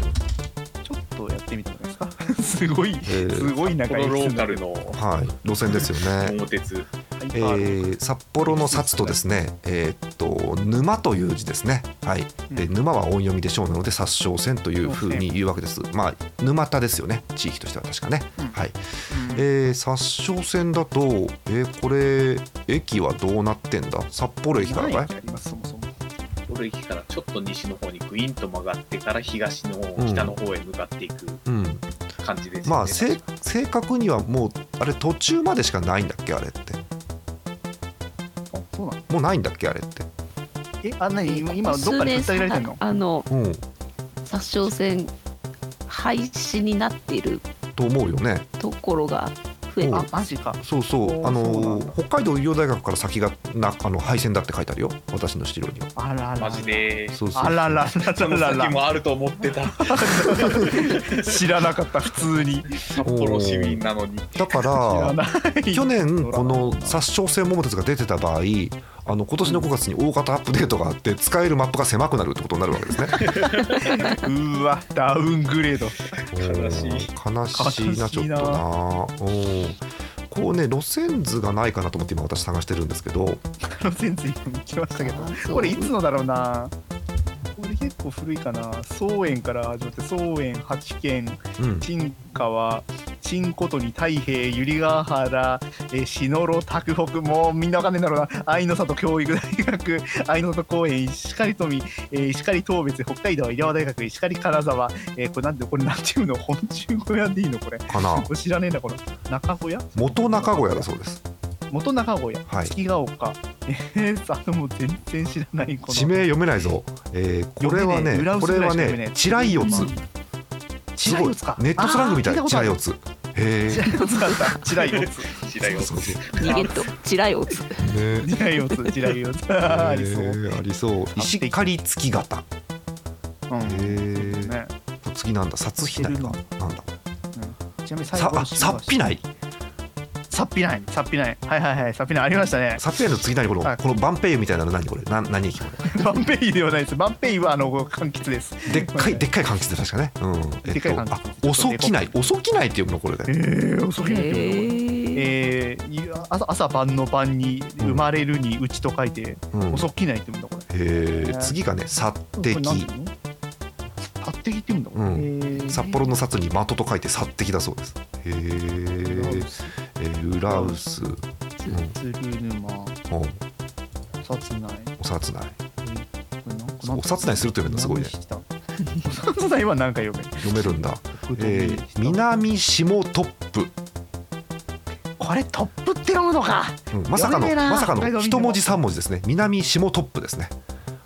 C: ちょっとやってみてもらえますか すごい
A: ー
C: すごい
B: こ
C: 長い
B: のローカルの
A: はい路線ですよ ね。
B: 桃鉄
A: えー札幌の札とですね、えーっと沼という字ですね。はい。で
C: う
A: 沼は音読みでしょうなので殺傷線というふうに言うわけです。まあ沼田ですよね。地域としては確かね。はい。えー殺傷線だとえーこれ駅はどうなってんだ？札幌駅から
C: 何
A: かい
C: 駅？ありますそもそも
B: 札幌駅からちょっと西の方にグインと曲がってから東の
A: ん
B: 北の方へ向かっていく
A: うん。
B: 感じですよね、
A: まあせ正確にはもうあれ途中までしかないんだっけあれって。
C: あそうなの
A: もうないんだっけあれって。
C: えあ何今今どっかで訴えられてんの
D: あの
A: うん。
D: 殺傷戦廃止になっている
A: と思うよね。
D: ところが増え
A: うん
D: て
C: あマジか
A: そうそ
C: お
A: う、
C: ー
A: あ
C: そうな
A: の
C: んだ
A: 北海道医療大学から先がなあの廃線だって書いてあるよ、私の資料には。
C: あらら
B: マジで
A: そうそう
C: あらら
B: そ
C: ら
B: の
C: らら
B: 先
C: ら
B: もあると思っ てた
C: 知らなかった普通に
B: 札幌市民なのに
A: だか
C: 知ら
A: ら
C: ない
A: 去年この殺傷性桃鉄が出てた場合あの今年の5月に大型アップデートがあって使えるマップが狭くなるってことになるわけですね
C: うわダウングレード
B: 悲しい
A: うん悲しいなちょっとなうんこうね路線図がないかなと思って今私探してるんですけど
C: のセンスに行きましたけど
D: そう
C: これいつのだろうなこれ結構古いかな総園から始まって総園八軒
A: うん
C: 新川新琴に太平百合ヶ原えー篠路拓北もうみんなわかんねえんだろうな愛の里教育大学 愛の里公園石狩富、えー石狩東別北海道医療大学石狩金沢、えーこれなんてこれなんていうの本中小屋でいいのこれ
A: か な
C: これ知らねえんだこの中小屋
A: 元中小屋だそうです
C: 元中小屋、
A: はい
C: 月ヶ丘えー、あのもう全然知らないこの
A: 地名読めないぞ、えーこれは
C: 読
A: ね
C: めねえ裏
A: こ
C: 薄
A: れ
C: ぐらい
A: は
C: しか読めねえ
A: ねチライヨツ
C: チライオツか
A: ネットスラングみた
C: あー聞
A: い。
C: いたこ
A: チ
C: とあ
A: ラ
C: る
A: ヨツ。へ
C: チライオツだったチライオツ
B: 時代を
A: そうそう
D: 逃げっと地雷をつ
A: え。ね
C: チライオツチライオツありそう、
A: へーありそう。石狩月型。
C: うん
A: へえ。
C: ね
A: 次なんだ。殺避内か。なんだ。
C: ちなみに最
A: さ
C: 後の
A: あ、殺避内。
C: サッピナイサッピナイはいはいはいサッピナイありましたね
A: 殺避内の次何この
C: はい
A: このバンペイユみたいなの何これ？な何駅これ？
C: バンペイではないですバンペイはあの柑橘です
A: でっかいでっかい柑橘で確かね。うん。
C: でっかい柑
A: あ
C: 橘、
A: 遅きない。遅きないって読むのこれ
C: え
A: で。
C: ー、遅いな
D: へ
C: え
D: え
C: ーいや、朝朝晩の晩に生まれるにうちと書いて、
A: うん。
C: 遅きないって言うんだこれ
A: へえ。次がね、殺
C: これ
A: 敵
C: なん。て言うの殺敵って言うんだこ
A: う
C: れ、
A: ん。
C: えー
A: 札幌の札に的と書いて殺敵だそうです。へえ。えー、ウラウス。うん。
C: 鶴沼
A: お
C: 殺内
A: おお札内
C: なん
A: お札内するというのがすごいね
C: 何したお札内は何回読め
A: 読めるんだ、え
C: え
A: ー、南下トップ、
C: これトップって読むのか
A: うんまさかの
C: 読めねえな
A: まさか
C: 北海
A: の
C: 道民
A: 一
C: でも
A: 文字三文字ですね南下トップですね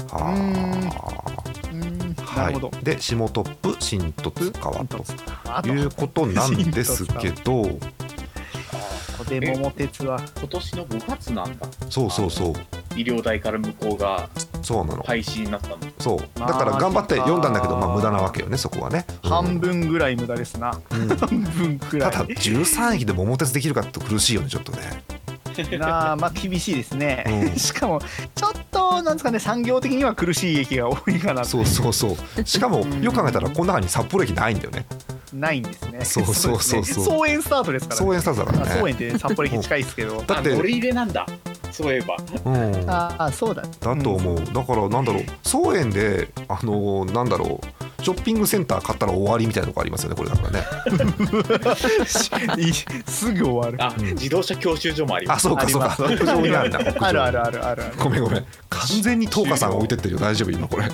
A: は
C: うん
A: あ
C: な
A: は
C: るほど
A: い、で下トップ新凸川と
C: あと
A: いうことなんですけ ど
C: 小手桃鉄は
B: 今年の5月なんだ
A: そうそうそう
B: 医療代から向こうが
A: そうなの
B: 廃止になったの
A: そうだから頑張って読んだんだけどまあ無駄なわけよねそこはね、うん
C: 半分ぐらい無駄ですな
A: うん
C: 半分くら
A: た
C: い
A: だ13匹で桃鉄できるかって苦しいよねちょっとね
C: なあまあ厳しいですね、
A: うん
C: しかもちょっとなんですかね産業的には苦しい駅が多いかな
A: そうそうそうしかもよく考えたらこの中に札幌駅ないんだよね
C: ないんですね
A: そうそうそうそう
C: ですね総園スタートですから
A: 総園スタートだか
C: あ
A: ら
C: 総
A: ね
C: 園って、ね、札幌駅近いですけど
A: だって
B: あ乗り入れなんだそういえば
A: うんだ
C: ああそうだだ
A: と思うだからなんだろう総園であのーなんだろうショッピングセンター買ったら終わりみたいなとこありますよねこれだからね
C: すぐ終わる
B: あ
A: うん
B: 自動車教習所もありま
A: あ
B: す
A: そうかそうか
C: あり
A: 屋上にあるんだ屋上
C: あるあるあるあるある
A: ごめんごめん完全に東花さんが置いてってるよ大丈夫今 これ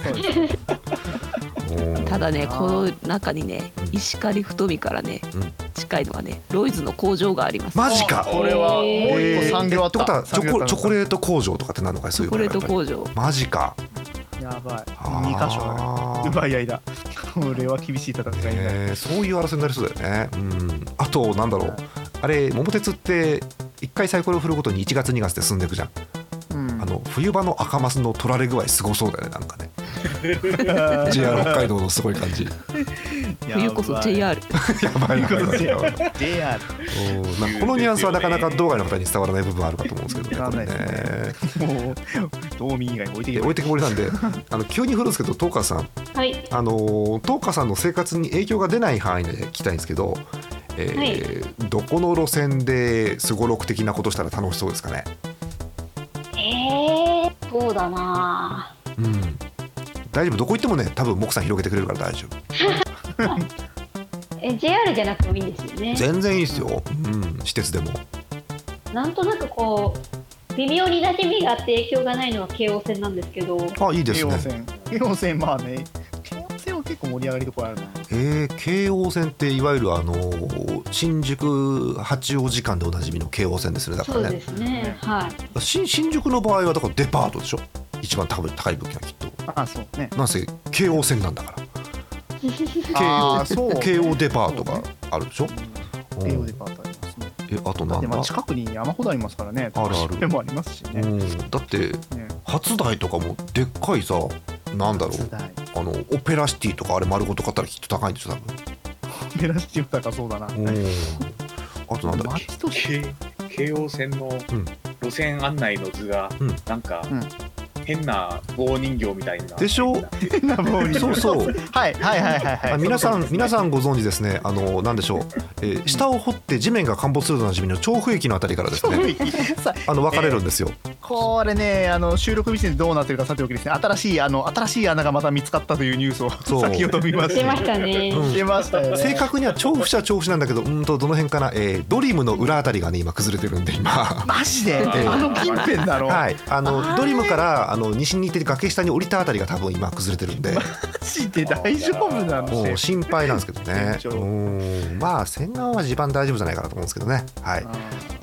A: うん
D: ただねこの中にね
A: うん
D: 石狩太みからね、
A: うん
D: 近いのはねロイズの工場があります
A: マジか
C: これはもう一個産業あっ
A: ってこ
C: た、
A: とはチョ
C: 産業
A: コ
C: あった
A: チョコレート工場とかってなるのかい
D: チ
A: そうい
D: ョ
A: うの
D: コ
A: が
D: レ
A: やっぱり
D: ート工場
A: マジか
C: やばい
A: あー
C: 2箇所ある奪い合いだこれは厳しい戦いになる
A: えーそういう争いになりそうだよね。うん、あと、なんだろう、あれ、桃鉄って、一回サイコロ振るごとに1月、2月で進んでいくじゃん。
C: うん
A: あの冬場の赤マスの取られ具合、すごそうだよね、なんかね。
C: や
A: JR 北海道のすごい感 じ。
C: ばい
D: 冬こそ JR
A: やばいな、やばいなやばいな
C: JR
A: おーなんかこのニュアンスはなかなか道外の方に伝わらない部分あるかと思うんですけどね、これ
C: 伝わらない
A: ね。
C: もう道民以外に置いて
A: で
C: け
A: 置
C: ばい
A: いてけぼりなんで、あの急に振るんですけど、東川さん、
F: はい。
A: あのー東花さんの生活に影響が出ない範囲で聞きたいんですけど、えーどこの路線ですごろく的なことしたら楽しそうですかね。
F: えー、そうだな
A: うん、大丈夫どこ行ってもね多分木さん広げてくれるから大丈夫
F: ぁえ、JR じゃなくてもいいんですよね。
A: 全然いいですよ、うん、私鉄でも
F: なんとなくこう、微妙に馴染みがあって影響がないのは京王線なんですけど、
A: あいいで
C: 京
A: す
C: 王
A: ね
C: 線京王線まあね京王線は結構盛り上がりところあるな
A: えー、京王線っていわゆるあのー新宿八王子間でおなじみの京王線ですねだか
F: そう
A: ら
F: で
A: ね
F: すね。はい。
A: 新新宿の場合はだからデパートでしょ一番高い高い物件はきっと
C: ああそうね
A: なんせ京王線なんだから
C: ああそう
A: 京王デパートがあるでしょうん
C: 京王デパートありますね
A: えあと
C: だ
A: な
C: っ
A: ん
C: て
A: だ
C: まあ近くに山ほどありますからね
A: あるある
C: でもありますしね
A: う
C: ね
A: んだって初台とかもでっかいさなんだろ
C: 世
A: う
C: 代
A: あのオペラシティとかあれ丸ごと買ったらきっと高いんでしょ多分
C: メラシティ豊かそうだな
A: あとなんだっけ
C: 街として
B: 京京王線の
A: うん
B: 路線案内の図が、
A: うん
B: なんか、
C: うん
B: 変な棒人形みたいな
A: でしょ
C: な棒に
A: そうそう
C: はいはいはいはいはい
A: あ皆さん皆
C: ん
A: さんご存知ですねあのなんでしょう、えー下を掘って地面が陥没するとおなじみの調布駅のあたりからですね
C: さ
A: あの分かれるんですよ、
C: これねあの収録日時点でどうなってるかさておきですね新しいあの新しい穴がまた見つかったというニュースを
A: そう
C: 先ほど見まし
F: 出ま
C: た
F: したね。
A: うん
C: 出ましたよね
A: 正確には調布車調布市なんだけどうーんとどの辺かな、えードリムの裏あたりがね今崩れてるんで今
C: マジで
A: ええ
C: あの近辺だろ
A: はいいあのドリムからあの西に行って崖下に降りたあたりが多分今崩れてるんで
C: マジで大丈夫なの
A: もう心配なんですけど ねう
C: 順調
A: ーんまあ洗顔は地盤大丈夫じゃないかなと思うんですけどねはい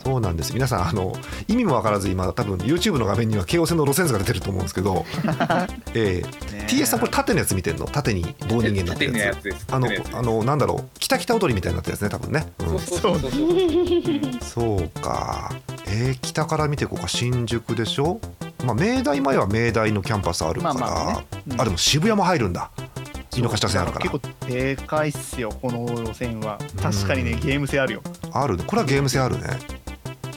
A: そうなんです皆さんあの意味も分からず今多分 YouTube の画面には京王線の路線図が出てると思うんですけ ど、えー TS さんこれ縦のやつ見てんの縦に棒人間になって
B: 縦
A: る
B: の
A: や
B: や
A: つ
B: つです
A: あの
B: 縦のやつ
A: あのなんだろう北北踊りみたいになったやつね多分ね、うん
B: そうそうそうそう
A: そうかえー北から見てこうか新宿でしょまあ明大前は明大のキャンパスある
C: ま
A: か
C: あ
A: ら、
C: まあ
A: あ
C: ねうん
A: でも渋谷も入るんだ井の頭線あるから
C: 結構でかいっすよこの路線は確かにねゲーム性あるよ
A: あるねこれはゲーム性あるね
C: う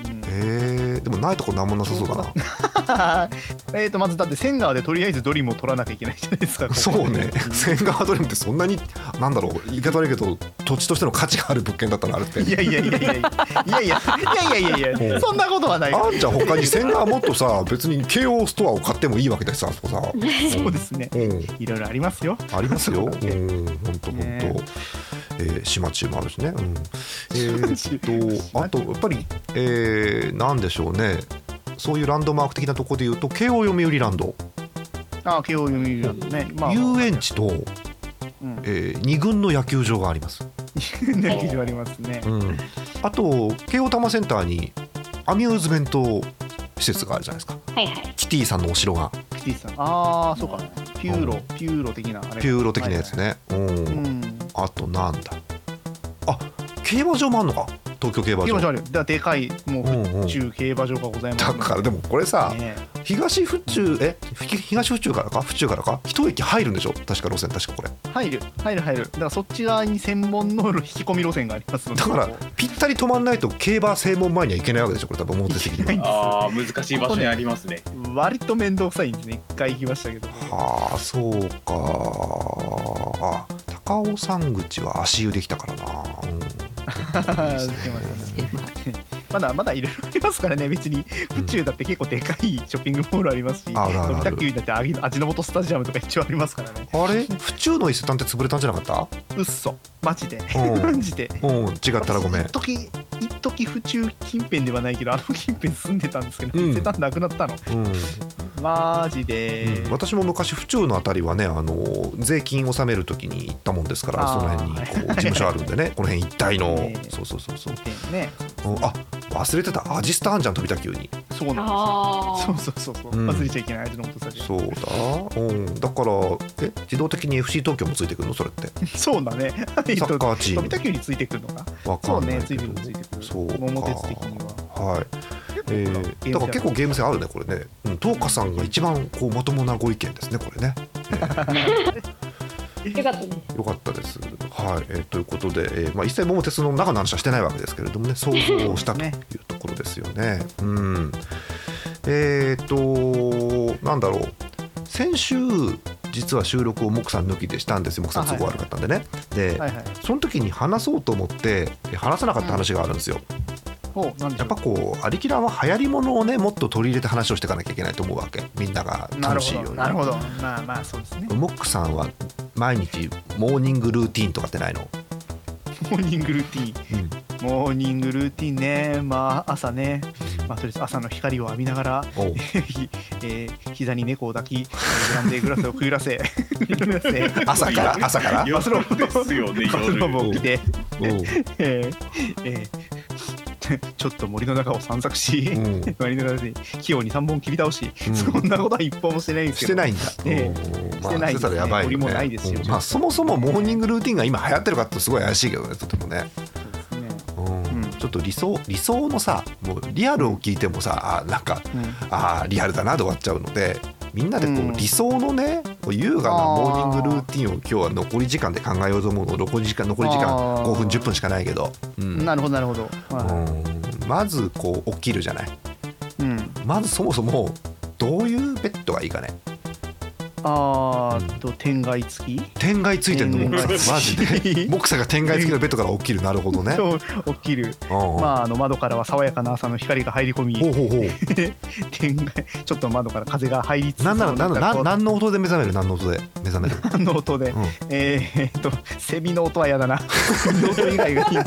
C: ん
A: えー、でもないとこなんもなさそうだな
C: えーとまずだって仙川でとりあえずドリムを取らなきゃいけないじゃないですかこ こ
A: そうね千川ドリムってそんなになんだろう言い方悪いけど土地としての価値がある物件だったのあるって
C: いやいやいやいやいやいやいやいやいやいやいやそんなことはない
A: あんじゃん他に千川もっとさ別に京王ストアを買ってもいいわけでさそこさ
C: そうですね
A: うん
C: いろいろありますよ
A: あります よ。うん、本当本当。
C: ね
A: えー島中もあるしね。うん、えーっと、あと、やっぱり、えー、なんでしょうね。そういうランドマーク的なところでいうと慶応読売ランド
C: ああ慶応読売ランドね、まあ、
A: 遊園地と、
C: うん
A: えー二軍の野球場があります、
C: ね劇場ありますね
A: うん、あと慶応多摩センターにアミューズメント施設があるじゃないですか
F: はいはい。
A: キティさんのお城が
C: キティさんああそうかピューロピューロ的なあれ
A: ピューロ的なやつね、う
C: はい
A: ん
C: はいうん
A: あとなんだあ競馬場もあんのか東京競馬
C: 競馬場
A: 場
C: あるよだからでかいもう
A: うんうん
C: 府中競馬場がございます
A: だからでもこれさ、
C: ね
A: 東府中えふき東府中からか府中からか一駅入るんでしょ確か路線確かこれ
C: 入る入る入るだからそっち側に専門の引き込み路線がありますので
A: だから
C: ここ
A: ぴったり止まんないと競馬正門前には行けないわけでしょこれ多分表的には
B: ああ難しい場所にありますね。
C: 割と面倒くさいんですね一回行きましたけど
A: はあそうかあ高尾山口は足湯できたからな、うん
C: 行きましたね まだまだいろいろありますからね別に府中だって結構でかいショッピングモールありますし
A: あるあるある
C: 飛田急だって味味の素スタジアムとか一応ありますからね
A: あれ府中の伊勢丹って潰れたんじゃなかっ
C: うっそマジで
A: うん
C: マジで
A: たうん違ったらごめん
C: 一時一時府中近辺ではないけどあの近辺住んでたんですけど、
A: うん
C: 伊勢丹なくなったの
A: うん、
C: マジで、
A: 私も昔府中のあたりはねあの税金納めるときに行ったもんですからその辺にこう事務所あるんでねこの辺一 帯の
C: ええ
A: そうそうそうそう
C: ね
A: うんあ忘れてたアジスターあんじゃん飛びた急に
C: そうなんですよ
F: あ
C: そうそうそうそう、
A: うん
C: 忘れちゃいけない味の素スタジアム
A: そうだうんだからえ自動的に FC 東京もついてくるのそれって
C: そうだね
A: サッカーチーム
C: 飛田急についてくるのか
A: わか
C: そうん
A: ない
C: ね
A: け
C: 随
A: ど
C: 分ついてくる
A: そうか
C: 桃鉄的には
A: はいえー、だから結構ゲーム性あるねこれね、うん、トーカさんが一番こうまともなご意見ですねこれね
F: あ。よかったです。
A: よかったですはい、えーということで、えーまあ、一切桃鉄の中の話はしてないわけですけれどもね想像をしたというところですよ ねうんえっ、となんだろう先週実は収録をモクさん抜きでしたんですよモクさん
C: あは
A: 都
C: い
A: 合悪かったんでね、で、
C: はいはい
A: その時に話そうと思って話さなかった話があるんですよ、
C: ほうなんでし
A: やっ
C: ょう
A: ぱこうアリキラは流行りものをねもっと取り入れて話をしていかなきゃいけないと思うわけみんなが
C: なる
A: 楽しいよう
C: ほど
A: に
C: なるほどまあまあそうです ね
A: モックさんは毎日モーニングルーティーンとかってないの、
C: モーニングルーティーン、モーニングルーティーンねまあ朝ねまあとりあえず朝の光を浴びながら
A: おう
C: ひえー膝に猫を抱き、えーグランデーグラスをくゆらせ、くゆらせ
A: 朝から 朝から
B: 夜です よね
C: バスローブ
B: 夜。
C: を着て、
A: おう
C: えーえーちょっと森の中を散策し、
A: うん
C: 森の中で器用に3本切り倒し、
A: うん
C: そんなことは一本もしてないんです
A: し
C: け
A: て
C: ど、
A: ないんだ、
C: え
A: おうまあ
C: してない
A: してたらやばいよね
C: 折りもないですよ
A: うんまあ、そもそもモーニングルーティーンが今流行ってるかってすごい怪しいけどねとてもね、
C: そうですね
A: うん
C: うん
A: ちょっと理想理想のさもうリアルを聞いてもさあなんか
C: うん
A: あーリアルだなで終わっちゃうのでみんなでこ
C: うん
A: う理想のね、こう優雅なモーニングルーティンを今日は残り時間で考えようと思うの残り時間残り時間
C: あー
A: 5分10分しかないけど、うん
C: なるほどなるほど、は
A: うんまずこう起きるじゃない
C: いうん、
A: まずそもそもどういうベッドがいいかね
C: あーっと天外付き
A: 天蓋ついてんの
C: うん
A: 僕さんマジ で僕さんが天蓋つきのベッドから起きるなるほどね。
C: と起きる、
A: うん
C: まあ、あの窓からは爽やかな朝の光が入り込
A: ほう
C: み、
A: ほうほう
C: 天外ちょっと窓から風が入りつつ、
A: なんならなんなら
C: こ
A: な
C: う
A: 何の音で目覚める何の音で目覚める、
C: 何の音で、
A: うん
C: えーっと、セミの音は 嫌だな。セミの音以外がいいな。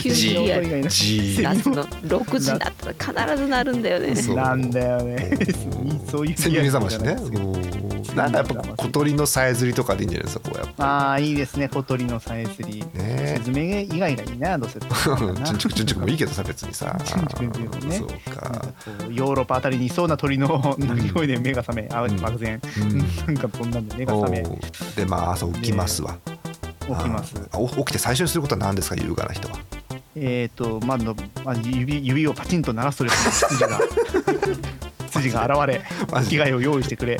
D: 急にリアル
C: な。
A: じー
D: 夏の6時になったら必ずなるんだよね
A: そう
C: なんだよね。 そういう
A: セミ目覚ましね
C: リアルじゃないですけど
A: うんなんかやっぱ小鳥のさえずりとかでいいんじゃないですかこうやっぱ
C: ああ、いいですね。小鳥のさえずり。
A: ね
C: ス ズメ以外がいいな、どうせ。
A: ちんちくちんちくもいいけどさ別にさ
C: ちんちくちんちくね
A: そう
C: なん
A: か
C: かこうヨーロッパあたりにいそうな鳥の鳴き声で目が覚め、あ
A: うん
C: 漠然、
A: うん
C: なんかそんなんで目が覚め
A: おうでまあ朝起きますわ
C: 起きます。
A: あお起きて最初にすることは何ですか優雅な人は
C: えっ、と、まあの、まあ、指指をパチンと鳴らすとですね、筋が筋が現
A: マ
C: れ、
A: ジ
C: 着替えを用意してくれ。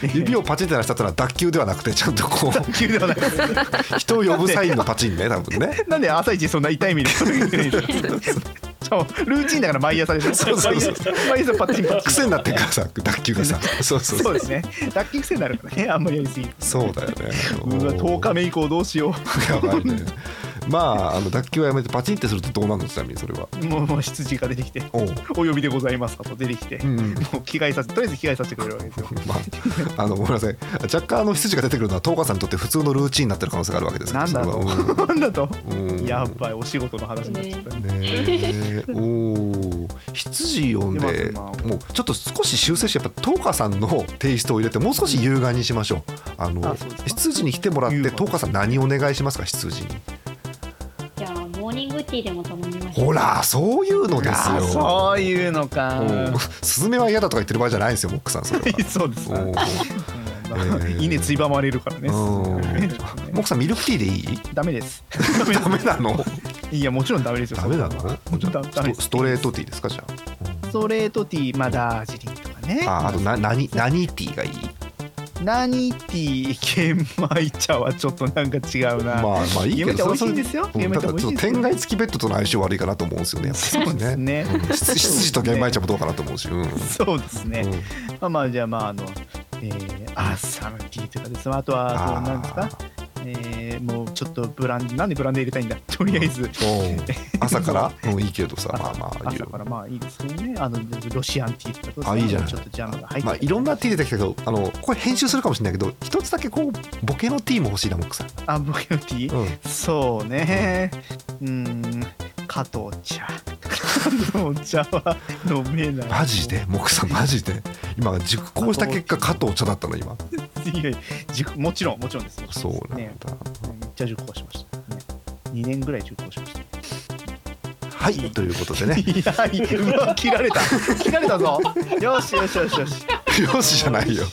A: 指をパチンって鳴らしたってのは脱臼ではなくてちゃんと こう
C: 急ではなくて
A: 人を呼ぶサインのパチンね多分 ね
C: なんで朝一そんな痛い目でそれ言ってないんですかそうルーチンだから毎朝でしょ
A: そうそうそう
C: 毎朝毎朝パッチンパッチン
A: 癖になってるからさ脱臼がさそうそう
C: そ
A: そう
C: うですね脱臼癖になるからねあんまりやりすぎる
A: そうだよね
C: うわ10日目以降どうしよ
A: やばいねまああの脱臼をやめてパチンってするとどうなるのちなみにそれは
C: もうもう羊が出てきて
A: おう
C: 「お呼びでございますか」と出てきて、
A: うんうん
C: もう着替えさせとりあえず着替えさせてくれるわけですよ
A: まあ、あのごめんなさい若干あの羊が出てくるのは東川さんにとって普通のルーチンになってる可能性があるわけですね
C: なんだろう
A: それは
C: なんだと
A: うんうん
C: やっぱりお仕事の話になっちゃった
A: ね
C: ね
A: えおー羊呼んで
C: 出ま
A: も
C: すな
A: うちょっと少し修正してやっぱ東花さんのテイストを入れてもう少し優雅にしましょうあの
C: あそうですか
A: 羊に来てもらって
C: 優雅
A: 東花さん何お願いしますか羊に
F: じゃあ、モーニングティーでも頼みましょう。
A: ほらそういうのです
C: あー
A: よ
C: そういうのか
A: おースズメは嫌だとか言ってる場合じゃないんですよモックさんそれは
C: そうで
A: お
C: す
A: ー
C: ね
A: えー
C: 稲ついばまれるからね
A: うんモックさんミルクティーでいい
C: ダメです
A: ダメなの
C: いやもちろんダメですよ
A: ダメなのじゃあ
C: ダダメで
A: スト
C: す
A: ストレートティーですかじゃ
C: ストレートティーまあダージリンとかね
A: ああーあとな何何ティーがいい
C: 何ティー玄米茶はちょっとなんか違うな、
A: まあまあいいけど
C: 夢って美味
A: そ
C: しいん
A: れはそれ
C: ですよ
A: うん
C: 夢っ
A: だか
C: て
A: ら
C: 美
A: ち
C: 味し
A: ょっと
C: いんですよ
A: 天外付きベッドとの相性悪いかなと思うんですよね。やっぱり
C: そうですね
A: うん羊羊と玄米茶もどうかなと思うし。うん。
C: そうですね、
A: うん
C: まあまあじゃあまああの、えー、アッサムティーとかですあとはそうなんですかえー、もうちょっとブランなんでブランデー入れたいんだ とりあえず
A: うん朝 からうんいいけどさ、まあまあいい
C: 朝
A: よ。
C: からまあいいですよねあのロシアンティーとかどうですか
A: あいいじゃない
C: ちょっとジャムが入って
A: まあいろんなティー出てきたけど、あのこれ編集するかもしれないけど、一つだけこうボケのティーも欲しいなもくさん。
C: あボケのティー、
A: うん。
C: そうねうーん加藤茶加藤茶は飲めない
A: マジでもくさんマジで。今熟考した結果加藤茶だったの今。
C: いやいやじゅもちろんもちろんです
A: そうなん
C: ね
A: だ。
C: めっちゃ熟考しました、ね、2年ぐらい熟考しました
A: はいと いうことでね。
C: いやいや、うわ、切られた。 切られたぞ。よしよしよしよし。
A: よしじゃないよ。
C: よ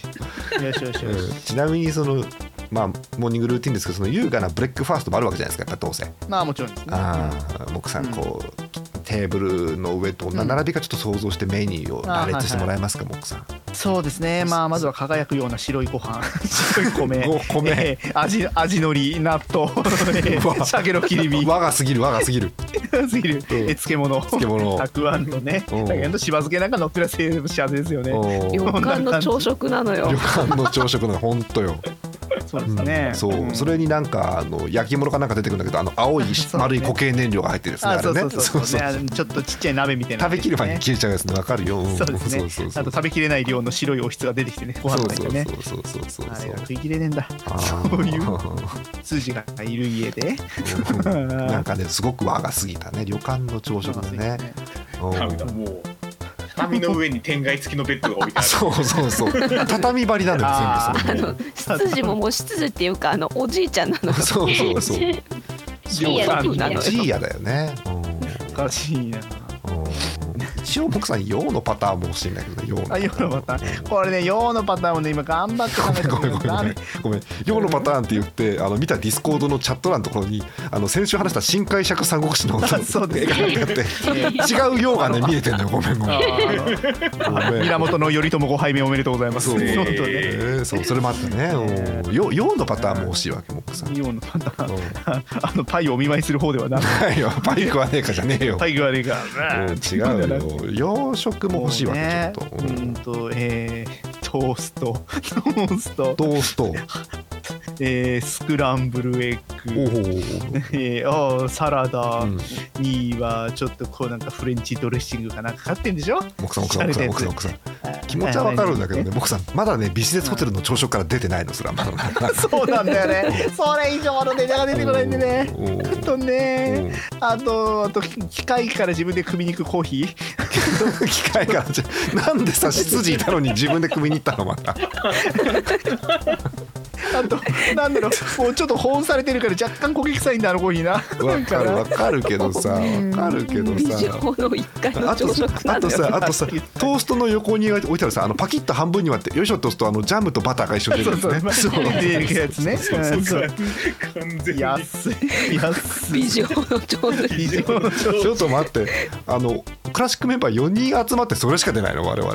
C: しよしよし。
A: うんちなみにそのまあモーニングルーティンですけど、その優雅なブレックファーストもあるわけじゃないですか。やっぱ当然。
C: まあ、もちろんですね。
A: ああ、木さん、こう、テーブルの上と女並びかちょっと想像してメニューを羅列してもらえますか、木さん。
C: そうですね。まあ、まずは輝くような白いご 飯、白い米、
A: ご米
C: えー味味のり、納豆、え
A: うわ
C: ー鮭の切り 身、
A: 我がすぎる、我がすぎる。
C: すぎる、えー漬物、
A: 漬物
C: たくあんとね、
A: うん
C: だけどしば漬けなんか乗ってらせ幸せですよね。
A: おー
D: 旅
A: 旅
D: 館の朝食なのよ
A: 館の朝食の本当よ。
C: そうで
A: う
C: す
A: ん
C: ね。
A: そう、
C: ん
A: それになんかあの焼き物かなんか出てくるんだけど、あの青い
C: そうね
A: 丸い固形燃料が入ってるですね。
C: あ
A: あ
C: そ
A: れ
C: うそ
A: ね。
C: うそうそうねあのちょっとちっちゃい鍋みたいな
A: 食
C: のね、
A: べきる前に消えちゃうやつね、わかるよ。ん
C: そうですねあと食べきれない量の白いおひつが出てきてねご飯の中にね
A: そうそうそうそうそう
C: あ
A: そ
C: れ
A: う
C: が。食い切れねえんだ
A: あー
C: そういう筋がいる家で
A: なんかね、すごく我が過ぎたね、旅館の朝食だね。うん
B: ダメだもう畳の上に天蓋付きのベッドが置いてある
A: そうそうそう。畳張りなの
C: あ
A: よ
C: ー
A: 全部
D: 羊ももう羊っていうかあのおじいちゃんなのよ
A: その。そうそうそう。
F: いいやつみたいな
D: 量産。
A: ジーヤだよね。うん
C: おかしいな
A: うん一応僕さん洋のパターンも欲しいんだけどね、洋の。
C: あ洋のパターンこれね洋のパターンをね今頑張って考えて
A: ごめんごめんごめんごめん洋のパターンって言ってあの見たディスコードのチャット欄のところにあの先週話した新解釈三国志の
C: あそうです
A: 絵がなんかあって違う洋がね見えてんのよごめんごめんごめん
C: 源頼朝ご拝命おめでとうございます
A: そう
C: 本当
A: え
C: ね
A: ーそうそれもあったねうん洋洋のパターンも欲しいわけ僕さん
C: 洋のパター
A: うん
C: ンあのパイをお見舞いする方ではなく
A: はいよパイ食わねえかじゃねえよ
C: パイがあれが
A: うん違うよ洋食も欲しいわけちょっと、
C: う
A: うんん
C: とえートーストトースト
A: トー スト
C: えースクランブルエ
A: お
C: ッグ
A: お、
C: えーあーサラダ
A: うん、
C: にはちょっとこうなんかフレンチドレッシングかなんかかかってんでしょ
A: 木さん木さん木さん木さん木さん気持ちはわ
C: わ
A: かるんだけどね木さんまだねビジネスホテルの朝食から出てないのすらまだなかなか
C: そうなんだよね。それ以上の値段が出てこないんでね。
A: おーお
C: あ
A: ー
C: とね、あと、あと機械から自分で組みに行くコー ヒー。
A: 機械からじゃなんでさ羊いたのに自分で組みに行ったのまた
C: あと、なんだろう、もうちょっと保温されてるから若干焦げ臭いんだ、あのコーヒー な。
A: わかるわかるけどさわかるけど
D: 美
A: さ
D: 女の一回の
A: あと
D: 朝食な
A: あと
D: のよ
A: さあとさトーストの横に置いてあるさあのパキッと半分に割ってよいしょと押すとあのジャムとバターが一緒に出る
C: そうん
A: です
C: そう、
A: ね
C: そう、出てるやつね。うん
B: そ
C: そうう
B: 完全に
C: 安い、安い。
D: 美女の朝食
C: 非常の
A: ちょっと待ってあのクラシックメンバー4人集まってそれしか出ないの我々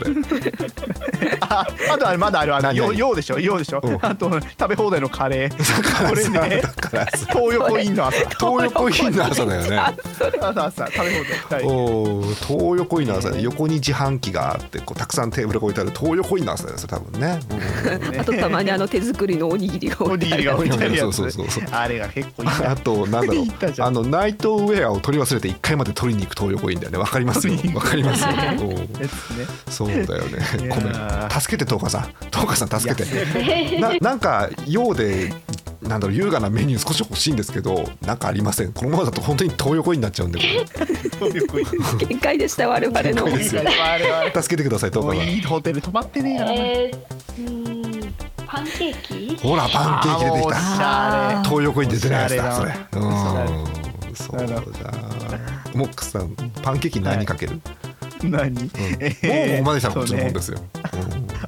C: ああとあれまだあるあの
A: 何
C: よ
A: 何
C: ようでしょようでしょ
A: うん
C: あと食べ放題のカ レーこれね
A: だからさ
C: 東横インの朝
A: 東横インの朝だよね
C: 朝朝食べ放題はい
A: おー東横インの朝横に自販機があってこうたくさんテーブルが置いてある東横インの朝だよそれ多分ね、
D: あとたまにあの手作りのおにぎりが置
C: お
D: いて
C: にぎり
A: う
C: が
A: ん
C: 置いてあるや
A: そう
C: つ
A: そうそうそう
C: あれが結構いいな
A: あとなんだろう
C: 言ったじゃん
A: あのナイトウェアを取り忘れて1回まで取りに行く東横インだよねわかりますよ
C: 取りに行
A: わ
C: く
A: かりますよおー
C: ですね
A: そうだよね
C: いや
A: ごめ
C: ー
A: ん助けて東花さん東花さん助けて ななんか用でなんだろう優雅なメニュー少し欲しいんですけどなんかありませんこのままだと本当に東横インになっちゃうんでこれ
C: 東横イン
D: 限界でした我々の
A: 限界ですよ
C: あれは
A: 助けてください東
C: もう
A: 花さん
C: いいホテル泊まってねえからな
F: えー、うーん、パンケーキ
A: ほらパンケーキ出てき
C: あーもうお
A: た
C: しゃれ
A: 東横インで出ないやつだ
C: おし
A: そ
C: ゃ
A: れ
C: れ
A: うんそうだ
C: な
A: モックさんパンケーキ何かける、
C: 何
A: もうもうまでさん
C: そ
A: こ
C: う
A: っちのもん
C: ね
A: ですよ、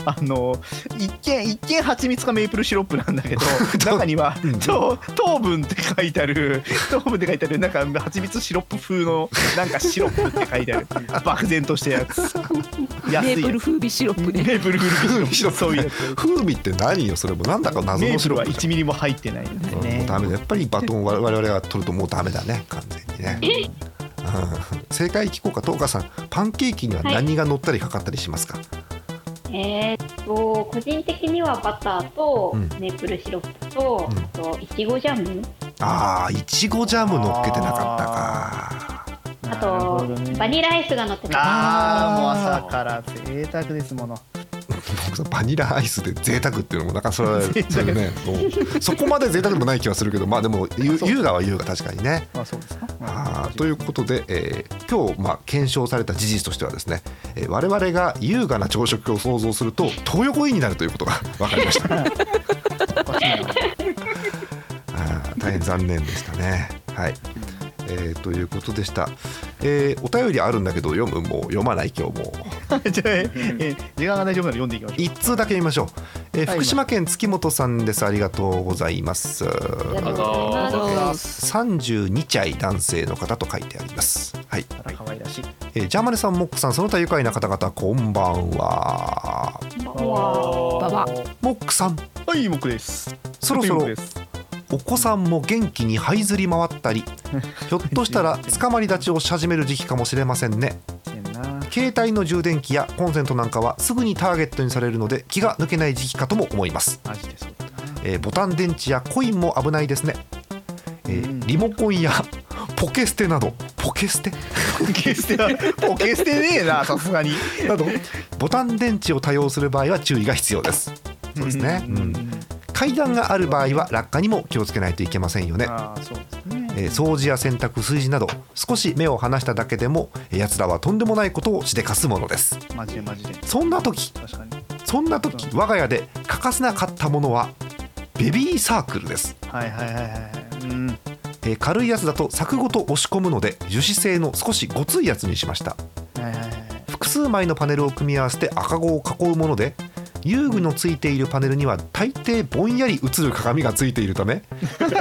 C: あの一見一見蜂蜜かメープルシロップなん だけど中には
A: うん
C: そう糖分って書いてある 糖分って書いてあるなんか蜂蜜シロップ風のなんかシロップって書いてある漠然としたやつ安
D: メ
C: い
D: ープル
C: やつ
D: 風味シロップね
C: メープル風味シロップそういうやつ
A: うん風味って何よそれもなんだか謎
C: メ
A: の
C: ープ
A: シ
C: ル
A: ロッ
C: は
A: プじゃん
C: 1ミリも入ってないんです
A: もう
C: ね
A: ダメだやっぱりバトンを我々が取るともうダメだね完全にね、うん、正解聞こうか東花さんパンケーキには何が乗ったりかかったりしますか、
F: えーっと、個人的にはバターと
A: うん
F: メープルシロップと、
A: うん
F: あといちごジャム、
A: ああいちごジャム乗っけてなかっ
F: あ
C: なる
F: と
C: ほど、ね
F: バニラアイスが乗ってた。
C: あーもう朝から贅沢ですもの
A: たか僕さバニラアイスで贅沢っていうのもなかなかそ れは
C: 贅沢
A: それねもうそこまで贅沢でもない気はするけどまあでもゆ優雅は優雅確かにね
C: まあそうですかうん
A: あーということで、えー今日、まあ、検証された事実としてはですね、えー我々が優雅な朝食を想像する と東横インになるということが 分かりましたあ
C: おかしいな
A: ー大変残念でしたね。はいえーということでした、えーお便りあるんだけど読むもう読まない今日もう
C: じゃあ、えー時間が大丈夫なら読んでいきましょう
A: 一通だけ見ましょう、えー
C: はい
A: 福島県月本さんですありがとうございます
F: りがとうござ
D: あ
F: います
D: の
A: 32歳男性の方と書いてありますはい、
C: あら可愛らしい
A: えージャーマネさんモックさんその他愉快な方々こんばんは
D: ばば
A: モックさん
C: はい僕です
A: そろそろ
C: 僕です
A: お子さんも元気に這いずり回った りひょっとしたら捕まり立ちをし始める時期かもしれませんね携帯の充電器やコンセントなんかはすぐにターゲットにされるので気が抜けない時期かとも思います
C: マジでそうだな
A: えーボタン電池やコインも危ないですね、えー
C: うん
A: リモコンや ポケ捨てなどポケ捨て
C: ポケ捨てはポケ捨てねえ なさすがに
A: などボタン電池を多用する場合は注意が必要ですそうですね、うん階段がある場合は落下にも気をつけないといけませんよね、
C: ああそうですね
A: えー掃除や洗濯炊事など少し目を離しただけでもやつらはとんでもないことをしでかすものです
C: マジでマジで
A: そんな時
C: 確かに
A: そんな時我が家で欠かせなかったものはベビーサークルです
C: はいはいはいはいはいうん
A: えー軽いやつだと柵ごと押し込むので樹脂製の少しごついやつにしました
C: はいはいはい
A: 複数枚のパネルを組み合わせて赤子を囲うもので遊具のついているパネルには大抵ぼんやり映る鏡がついているため
C: はいは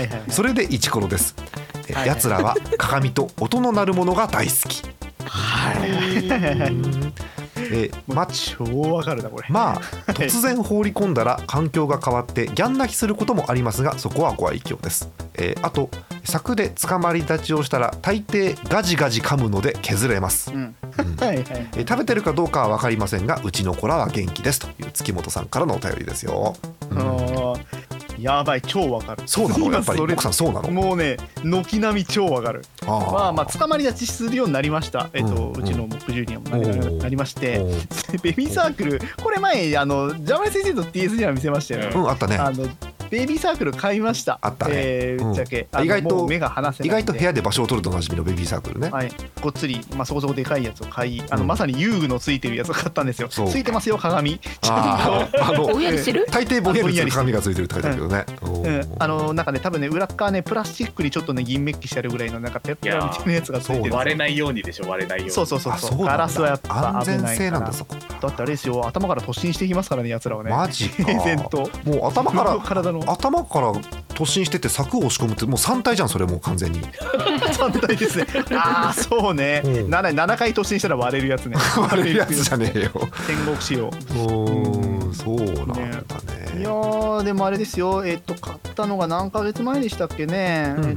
C: いはい
A: それでイチコロですえ
C: はいは
A: や
C: い
A: つらは鏡と音の鳴るものが大好き、えー
C: ま
A: ま
C: あ超わかるなこれ
A: まあ突然放り込んだら環境が変わってギャン泣きすることもありますがそこはご愛嬌です、えーあと柵で捕まり立ちをしたら大抵ガジガジ噛むので削れます、
C: うん
A: うん
C: はいはい
A: えー食べてるかどうかは分かりませんがうちの子らは元気ですという月本さんからのお便りですよ、
C: あ
A: うん
C: のーやばい超わかる
A: そうなのやっぱり
C: 今それ
A: 奥さんそうなの
C: もうね軒並み超わかる
A: あー
C: まあまあ捕まり立ちするようになりました、えっと
A: うん
C: うちの木10人もなりな
A: おー
C: なりまして
A: お
C: ベビーサークルこれ前あのジャマネ先生と TS には見せましたよね、
A: うんあったね
C: あのベビーサークル買いました
A: あったね
C: えーぶっちゃけ、
A: うん
C: あの
A: 意外と
C: もう目が離せ
A: 意
C: ない
A: 外
C: ん
A: と
C: で
A: 部屋で場所を取るとおなじみのベビーサークルね、
C: はい、ごっつり、まあ、そこそこでかいやつを買いあの、
A: うん
C: まさに遊具のついてるやつを買ったんですよつ
A: そう
C: いてますよ鏡ちゃん
A: あーあ
D: ぼ
A: の
D: んやりしてる
A: 大抵ぼんやりする紙がついてるタイプだけどね、お
C: と、う
A: ー
C: ん、あのなんかね多分ね裏っ側ねプラスチックにちょっとね銀メッキしてあるぐらいのなんかペッパーみたいなやつがついてるんですよ
B: 割れないようにでしょ割れないように
C: そうそうそう
A: あ
C: そ
A: な
C: う
A: んだ
C: ガラスはやっぱ
A: 安全
C: 危ないから
A: 性なんだそこ
C: だってあれですよ頭から突進していきますからねやつらはね
A: マジか
C: 平然と
A: もう頭か
C: 自分の
A: ら
C: 体のろう
A: 頭から突進してって柵を押し込むってもう3体じゃんそれもう完 全に
C: 3体ですねああそうね、
A: うん
C: なな 7, 回突進したら割れるやつね
A: 悪いやつじゃねえよ
C: 戦国仕様
A: うんそうなんだね
C: いやーでもあれですよえっ、と買ったのが何ヶ月前でしたっけね、
A: うん
C: えっ、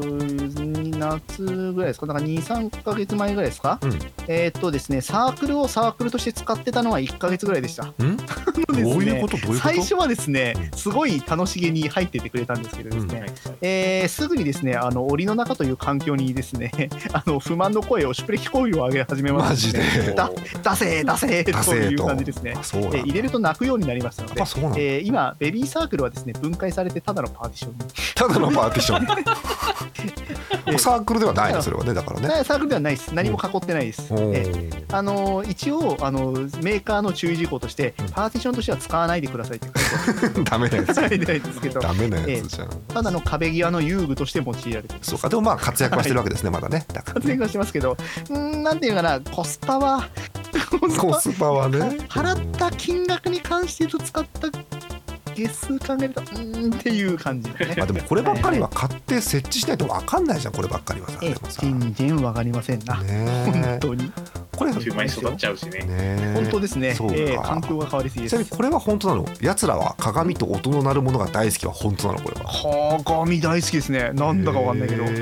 C: と夏ぐらいですかなんか23ヶ月前ぐらいですか、
A: うん
C: えっ、とですねサークルをサークルとして使ってたのは1ヶ月ぐらいでした
A: ん
C: あのですね
A: どういうことどういうこと
C: 最初はですねすごい楽しげに入っててくれたんですけどですね、えーすぐにですねあの檻の中という環境にですね あの不満の声をシュプレヒ行為を上げ始めま
A: マ
C: し
A: ジ
C: て
A: で
C: だ出せ出せ
A: 出
C: と
A: せ
C: い
A: え
C: う
A: と
C: 感じですね
A: あそうなん
C: えー入れると泣くようになりましたので
A: やっぱそうなんだ
C: えー今ベビーサークルはですね分解されてただのパーティションに
A: ただのパーティショ
C: ええ
A: ンサークルではないのそれはねだからね
C: なサークルではないです何も囲ってないです、
A: お
C: えー
A: ー
C: あのー一応あのーメーカーの注意事項として
A: うん
C: パーティションとしては使わないでくださいって書 い
A: ダメなやつ
C: てあるんで すけど
A: ダメなやつじゃん
C: ただの壁際の遊具として用いられてます
A: そうかでもまあ活躍はしてるわけですねまだねだから
C: 発言がしてますけどうーんなんていうかなコスパは コスパ
A: コスパは ね
C: 払った金額に関してと使った月数考えるとうーんっていう感じですね
A: まあでもこればっかりは買って設置しないと分かんないじゃんこればっかりはさ
C: ええ
A: でもさね
C: 全然わかりませんな、
A: え
C: 本当に
A: これ
B: 9枚育っちゃうしね。
A: ね
C: 本当ですね、
A: そうか
C: ええ環境が変わりすぎで
A: ちなみ
C: す
A: にこれは本当なのやつらは鏡と音の鳴るものが大好きは本当なのこれは
C: はあ鏡大好きですねなんだかわかんないけどなん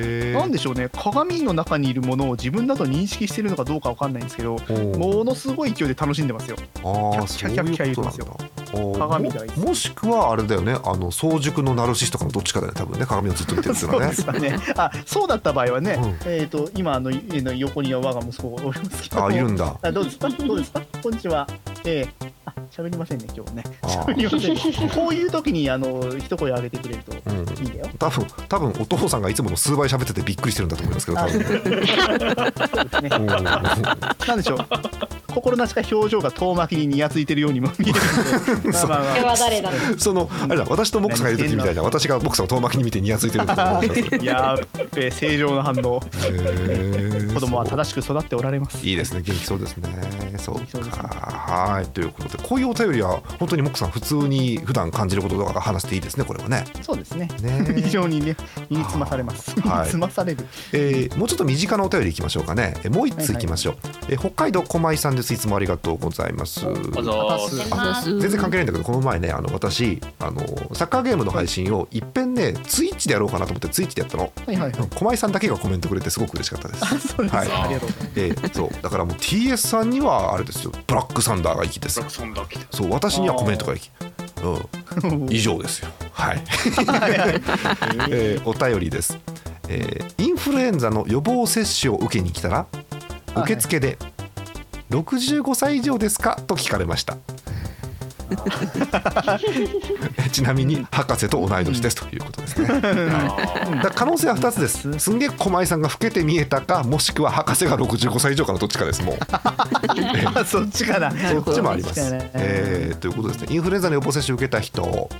A: で
C: でしょうね鏡の中にいるものを自分だと認識してるのかどうかわかんないんですけどものすごい勢いで楽しんでますよ
A: ああ
C: キ
A: そ
C: ャ
A: う
C: ッ
A: い
C: キャッキャッキャッ
A: うことな
C: 言うんて
A: だおー
C: 鏡大好き
A: ももしくはあれだよねあの早熟のナルシストとかのどっちかだよね多分ね鏡をずっと見てるっていうの
C: そう
A: は
C: で
A: ね
C: すかね。あ、そうだった場合はね、
A: うん
C: えっ、と今あの家の横には我が息子がおりますけど。
A: あいるんだ
C: あどうですかどうですかこんにちは。えー、あ喋りませんね今日ね。
A: あー
C: 喋りません。こういう時にあの一声あげてくれるとい
A: うん
C: いんだよ。
A: 多分多分お父さんがいつもの数倍喋っててびっくりしてるんだと思いますけど多分うん
C: そうですね。なんでしょう。心なしか表情が遠巻きににやついてるようにも見えるので。まあまあま
F: こ
C: あ
F: れは誰だろ う
A: そのあれだ私とモックさんがいる時みたいな私がモックさんを遠巻きに見てニヤついてるんだと思います
C: いやーえー正常な反応。
A: へー
C: 子供は正しく育っておられます。
A: いいですね元気そうですねそう
C: 元気そうですね
A: かはいということでこういうお便りは本当にモックさん普通に普段感じることとかが話していいですねこれはね
C: そうですね。
A: ね
C: 非常にね、身につまされます。身
A: はい
C: につまされる。
A: えーもうちょっと身近なお便りいきましょうかねえもう一通いきましょう、えー北海道狛江さんですいつもありがとうございます
B: どう
C: また
B: ぞ
C: す
A: あ全然関係ないんだけどこの前ねあの私あのサッカーゲームの配信をいっぺんねツイッチでやろうかなと思ってツイッチでやったの
C: はいはいはい。
A: 狛江さんだけがコメントくれてすごく嬉しかったです
C: あ、そうですか。
A: はい
C: ありがとうござい
A: えーそうだからもう TS さんにはあれですよブラックサンダーがきです
B: ブラックサンダー来た。
A: そう私にはコメントがきうん
C: ます。
A: 以上ですよ。はい。 えーお便りです、えーインフルエンザの予防接種を受けに来たら、
C: はい
A: 受付で。65歳以上ですかと聞かれま したちなみに博士と同い年ですということですね、だから可能性は2つですすんげえ駒井さんが老けて見えたかもしくは博士が65歳以上からどっちかです もう
C: あ、そっちかな。
A: どっちもあります、
C: そうですね
A: えーということですねインフルエンザの予防接種を受けた人
C: は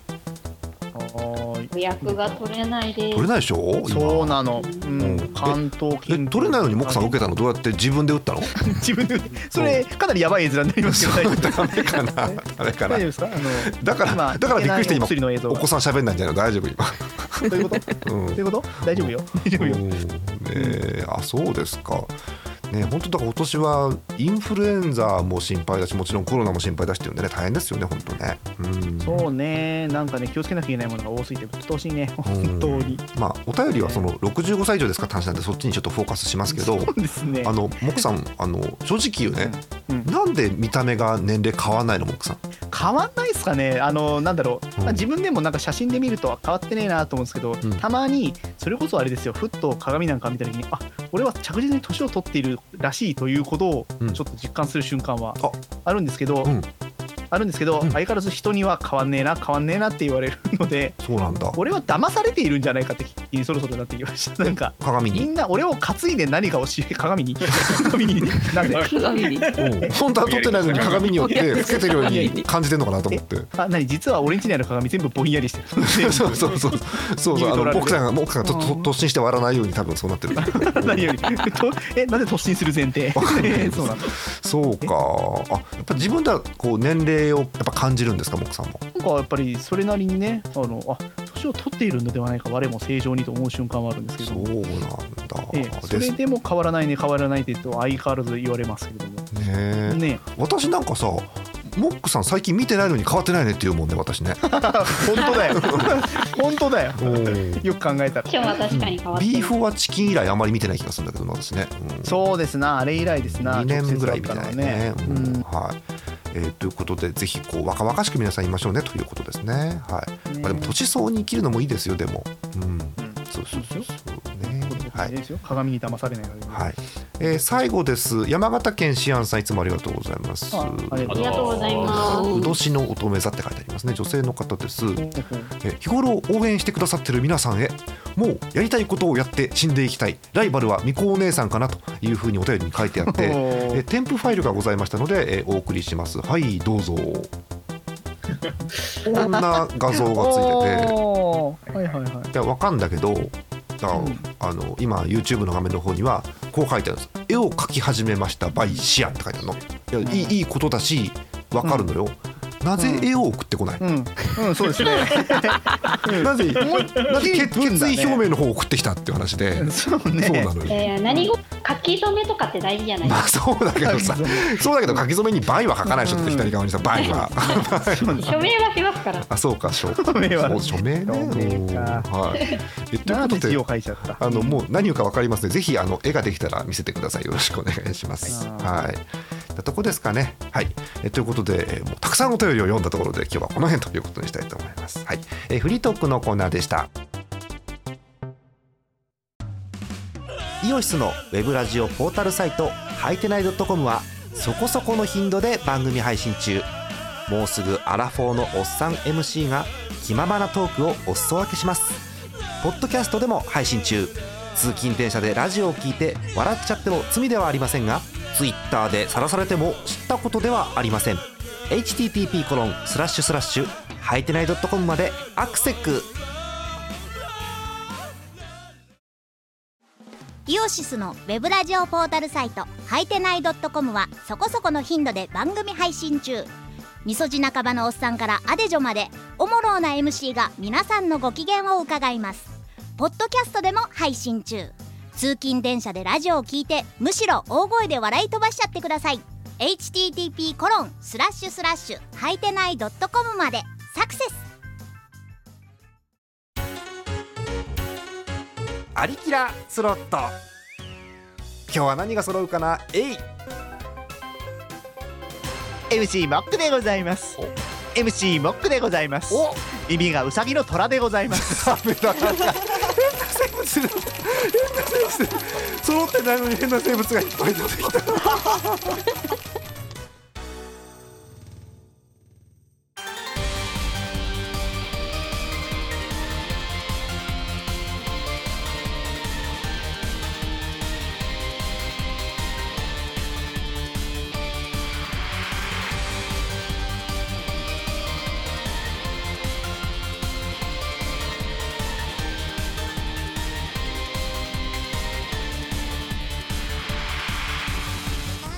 C: ーい
F: 予約が取れないです
A: 取れないでしょ今
C: そうなの。うん
A: うん。
C: 関東
A: え
C: 近
A: 取れないのにモクさん受
C: け
A: けたのどうやって自分で打ったの
C: 自分で。それかなりやばい絵面になりますけど。大丈夫
A: ダメかなダメか
C: 大
A: な
C: 丈夫ですか。あの
A: だから
C: 今
A: だからびっくりして今
C: お薬の映像
A: お
C: が。
A: 子さん喋んないんじゃないの大丈夫 今
C: どういうこと？
A: うん
C: どういうこと？大丈夫よ。大丈夫よ。
A: うんねえあそうですかね本当だから今年はインフルエンザも心配だしもちろんコロナも心配だしっていうんでね大変ですよね本当ねうん
C: そうね。なんかね気をつけなきゃいけないものが多すぎてぶっ通しいね。本当に。
A: まあお便りはその65歳以上ですか単身なんでそっちにちょっとフォーカスしますけど
C: そうですね
A: あ。のモクさんあの正直言うね、
C: うんうん
A: なんで見た目が年齢変わんないのモクさん
C: 変わんないですかねあのなんだろう、
A: うん
C: 自分でもなんか写真で見ると変わってねえなと思うんですけど、
A: ん
C: たまにそれこそあれですよふっと鏡なんか見た時にあ俺は着実に年を取っているらしいということを
A: うん
C: ちょっと実感する瞬間は
A: あ
C: あるんですけど、
A: うん
C: あるんですけど、
A: うん
C: 相変わらず人には変わんねえな変わんねえなって言われるので
A: そうなんだ
C: 俺は騙されているんじゃないかって気にそろそろなってきました。なんか、
A: 鏡
C: み
A: に
C: んな俺を担いで何かをし、鏡に鏡になん で
D: 鏡に
A: うん本当は撮ってないのに鏡によってつけてるように感じてるのかなと思って。
C: あ、何実は俺んちにある鏡全部ぼんやりしてる。
A: そうそうそうそうそうあの奥さんが奥さんがとと突進して割らないように多分そうなってる
C: 何より。とえ、なんで突進する前 提え そうなんだ。
A: そうかあやっぱ自分ではこう年齢をやっぱ感じるんですか奥さんも
C: なんかやっぱりそれなりにね、あの、あ、年を取っているのではないか、我も正常にと思う瞬間はあるんですけ
A: そ
C: ど
A: う
C: も。
A: なんだ
C: ええ、そ
A: で
C: れ
A: すね
C: でも変わらないね変わらないって言うと相変わらず言われますけれども
A: え
C: ね
A: 私なんかさモックさん最近見てないのに変わってないねって言うもんね私ね
C: 本 当だよ本当だよ
A: うん
C: よく考えたら
F: ションは確かに変わってる
A: ビーフはチキン以来あまり見てない気がするんだけどな私ね、うん
C: そうですなあれ以来ですな
A: 2年ぐらいみたいな
C: 直接会
A: ね
C: ったの
A: う
C: はね
A: んはいえーということでぜひこう若々しく皆さんいましょうねということですね。はい
C: うん
A: まあ、でも年相応に生きるのもいいですよでも。うん、そうそうそうそうね
C: そういうこと
A: は
C: で
A: い
C: すよ鏡に騙されないからね
A: はいえー最後です山形県シアンさんいつもありがとうございます。
C: あありが
F: ありがとうございます。
A: うどしの乙女座って書いてありますね女性の方です。
C: ほうほう
A: えー日頃応援してくださってる皆さんへもうやりたいことをやって死んでいきたいライバルはみこお姉さんかなというふうにお便りに書いてあって、
C: おー
A: えー添付ファイルがございましたので、えーお送りしますはいどうぞこんな画像がついてて
C: おーはいはいはい
A: いやわかんだけどだから
C: うん
A: あの今 YouTube の画面の方にはこう書いてあるんです絵を描き始めました by シアンって書いてあるのいやいいいいことだしわかるのよ、なぜ絵を送ってこない、
C: うん、うん、そうですね
A: なぜ
C: 思いっ
A: なんで
C: きり
A: 決
C: 文だ
A: 決
C: ね
A: 意表明の方を送ってきたっていう話で、
C: そうね
A: そうなのよ。
F: えー、何語書き初めとかって大事じゃないです
A: ま
F: か
A: あそうだけどさ
C: 書き初、
A: そうだけど書き初めに倍は書かないでしょっ
C: う
A: て
C: ん
A: 左側にさ倍は。
F: 署名はしますから。
A: あ そうか署
C: 署名は
A: そう署名ね。
C: 署名か
A: うんはい。えという
C: な
A: こ
C: んで
A: と
C: 字を
A: で。
C: 書いちゃった
A: あのもう何言うかわかりますね。ぜひあの絵ができたら見せてください。よろしくお願いします。
C: は
A: はい。どこですかね。はい。えということで、えもうたくさんお便りを読んだところで今日はこの辺ということにしたいと思います。はい。えフリートークのコーナーでした。
E: イオシスのウェブラジオポータルサイトハイテナイドットコムはそこそこの頻度で番組配信中もうすぐアラフォーのおっさん MC が気ままなトークをお裾分けしますポッドキャストでも配信中通勤電車でラジオを聞いて笑っちゃっても罪ではありませんが Twitter で晒されても知ったことではありません http コロンスラッシュスラッシュハイテナイドットコムまでアクセック
H: イオシスのウェブラジオポータルサイト「はいてない .com」はそこそこの頻度で番組配信中みそじ半ばのおっさんからアデジョまでおもろうな MC が皆さんのご機嫌を伺いますポッドキャストでも配信中通勤電車でラジオを聞いてむしろ大声で笑い飛ばしちゃってください http コロンスラッシュスラッシュはいてない .com までサクセス
E: アリキラスロット今日は何が揃うかなえい
C: MC モックでございます MC モックでございます耳がウサギの虎でございます
A: 揃ってないのに変な生物がいっぱい出てきた。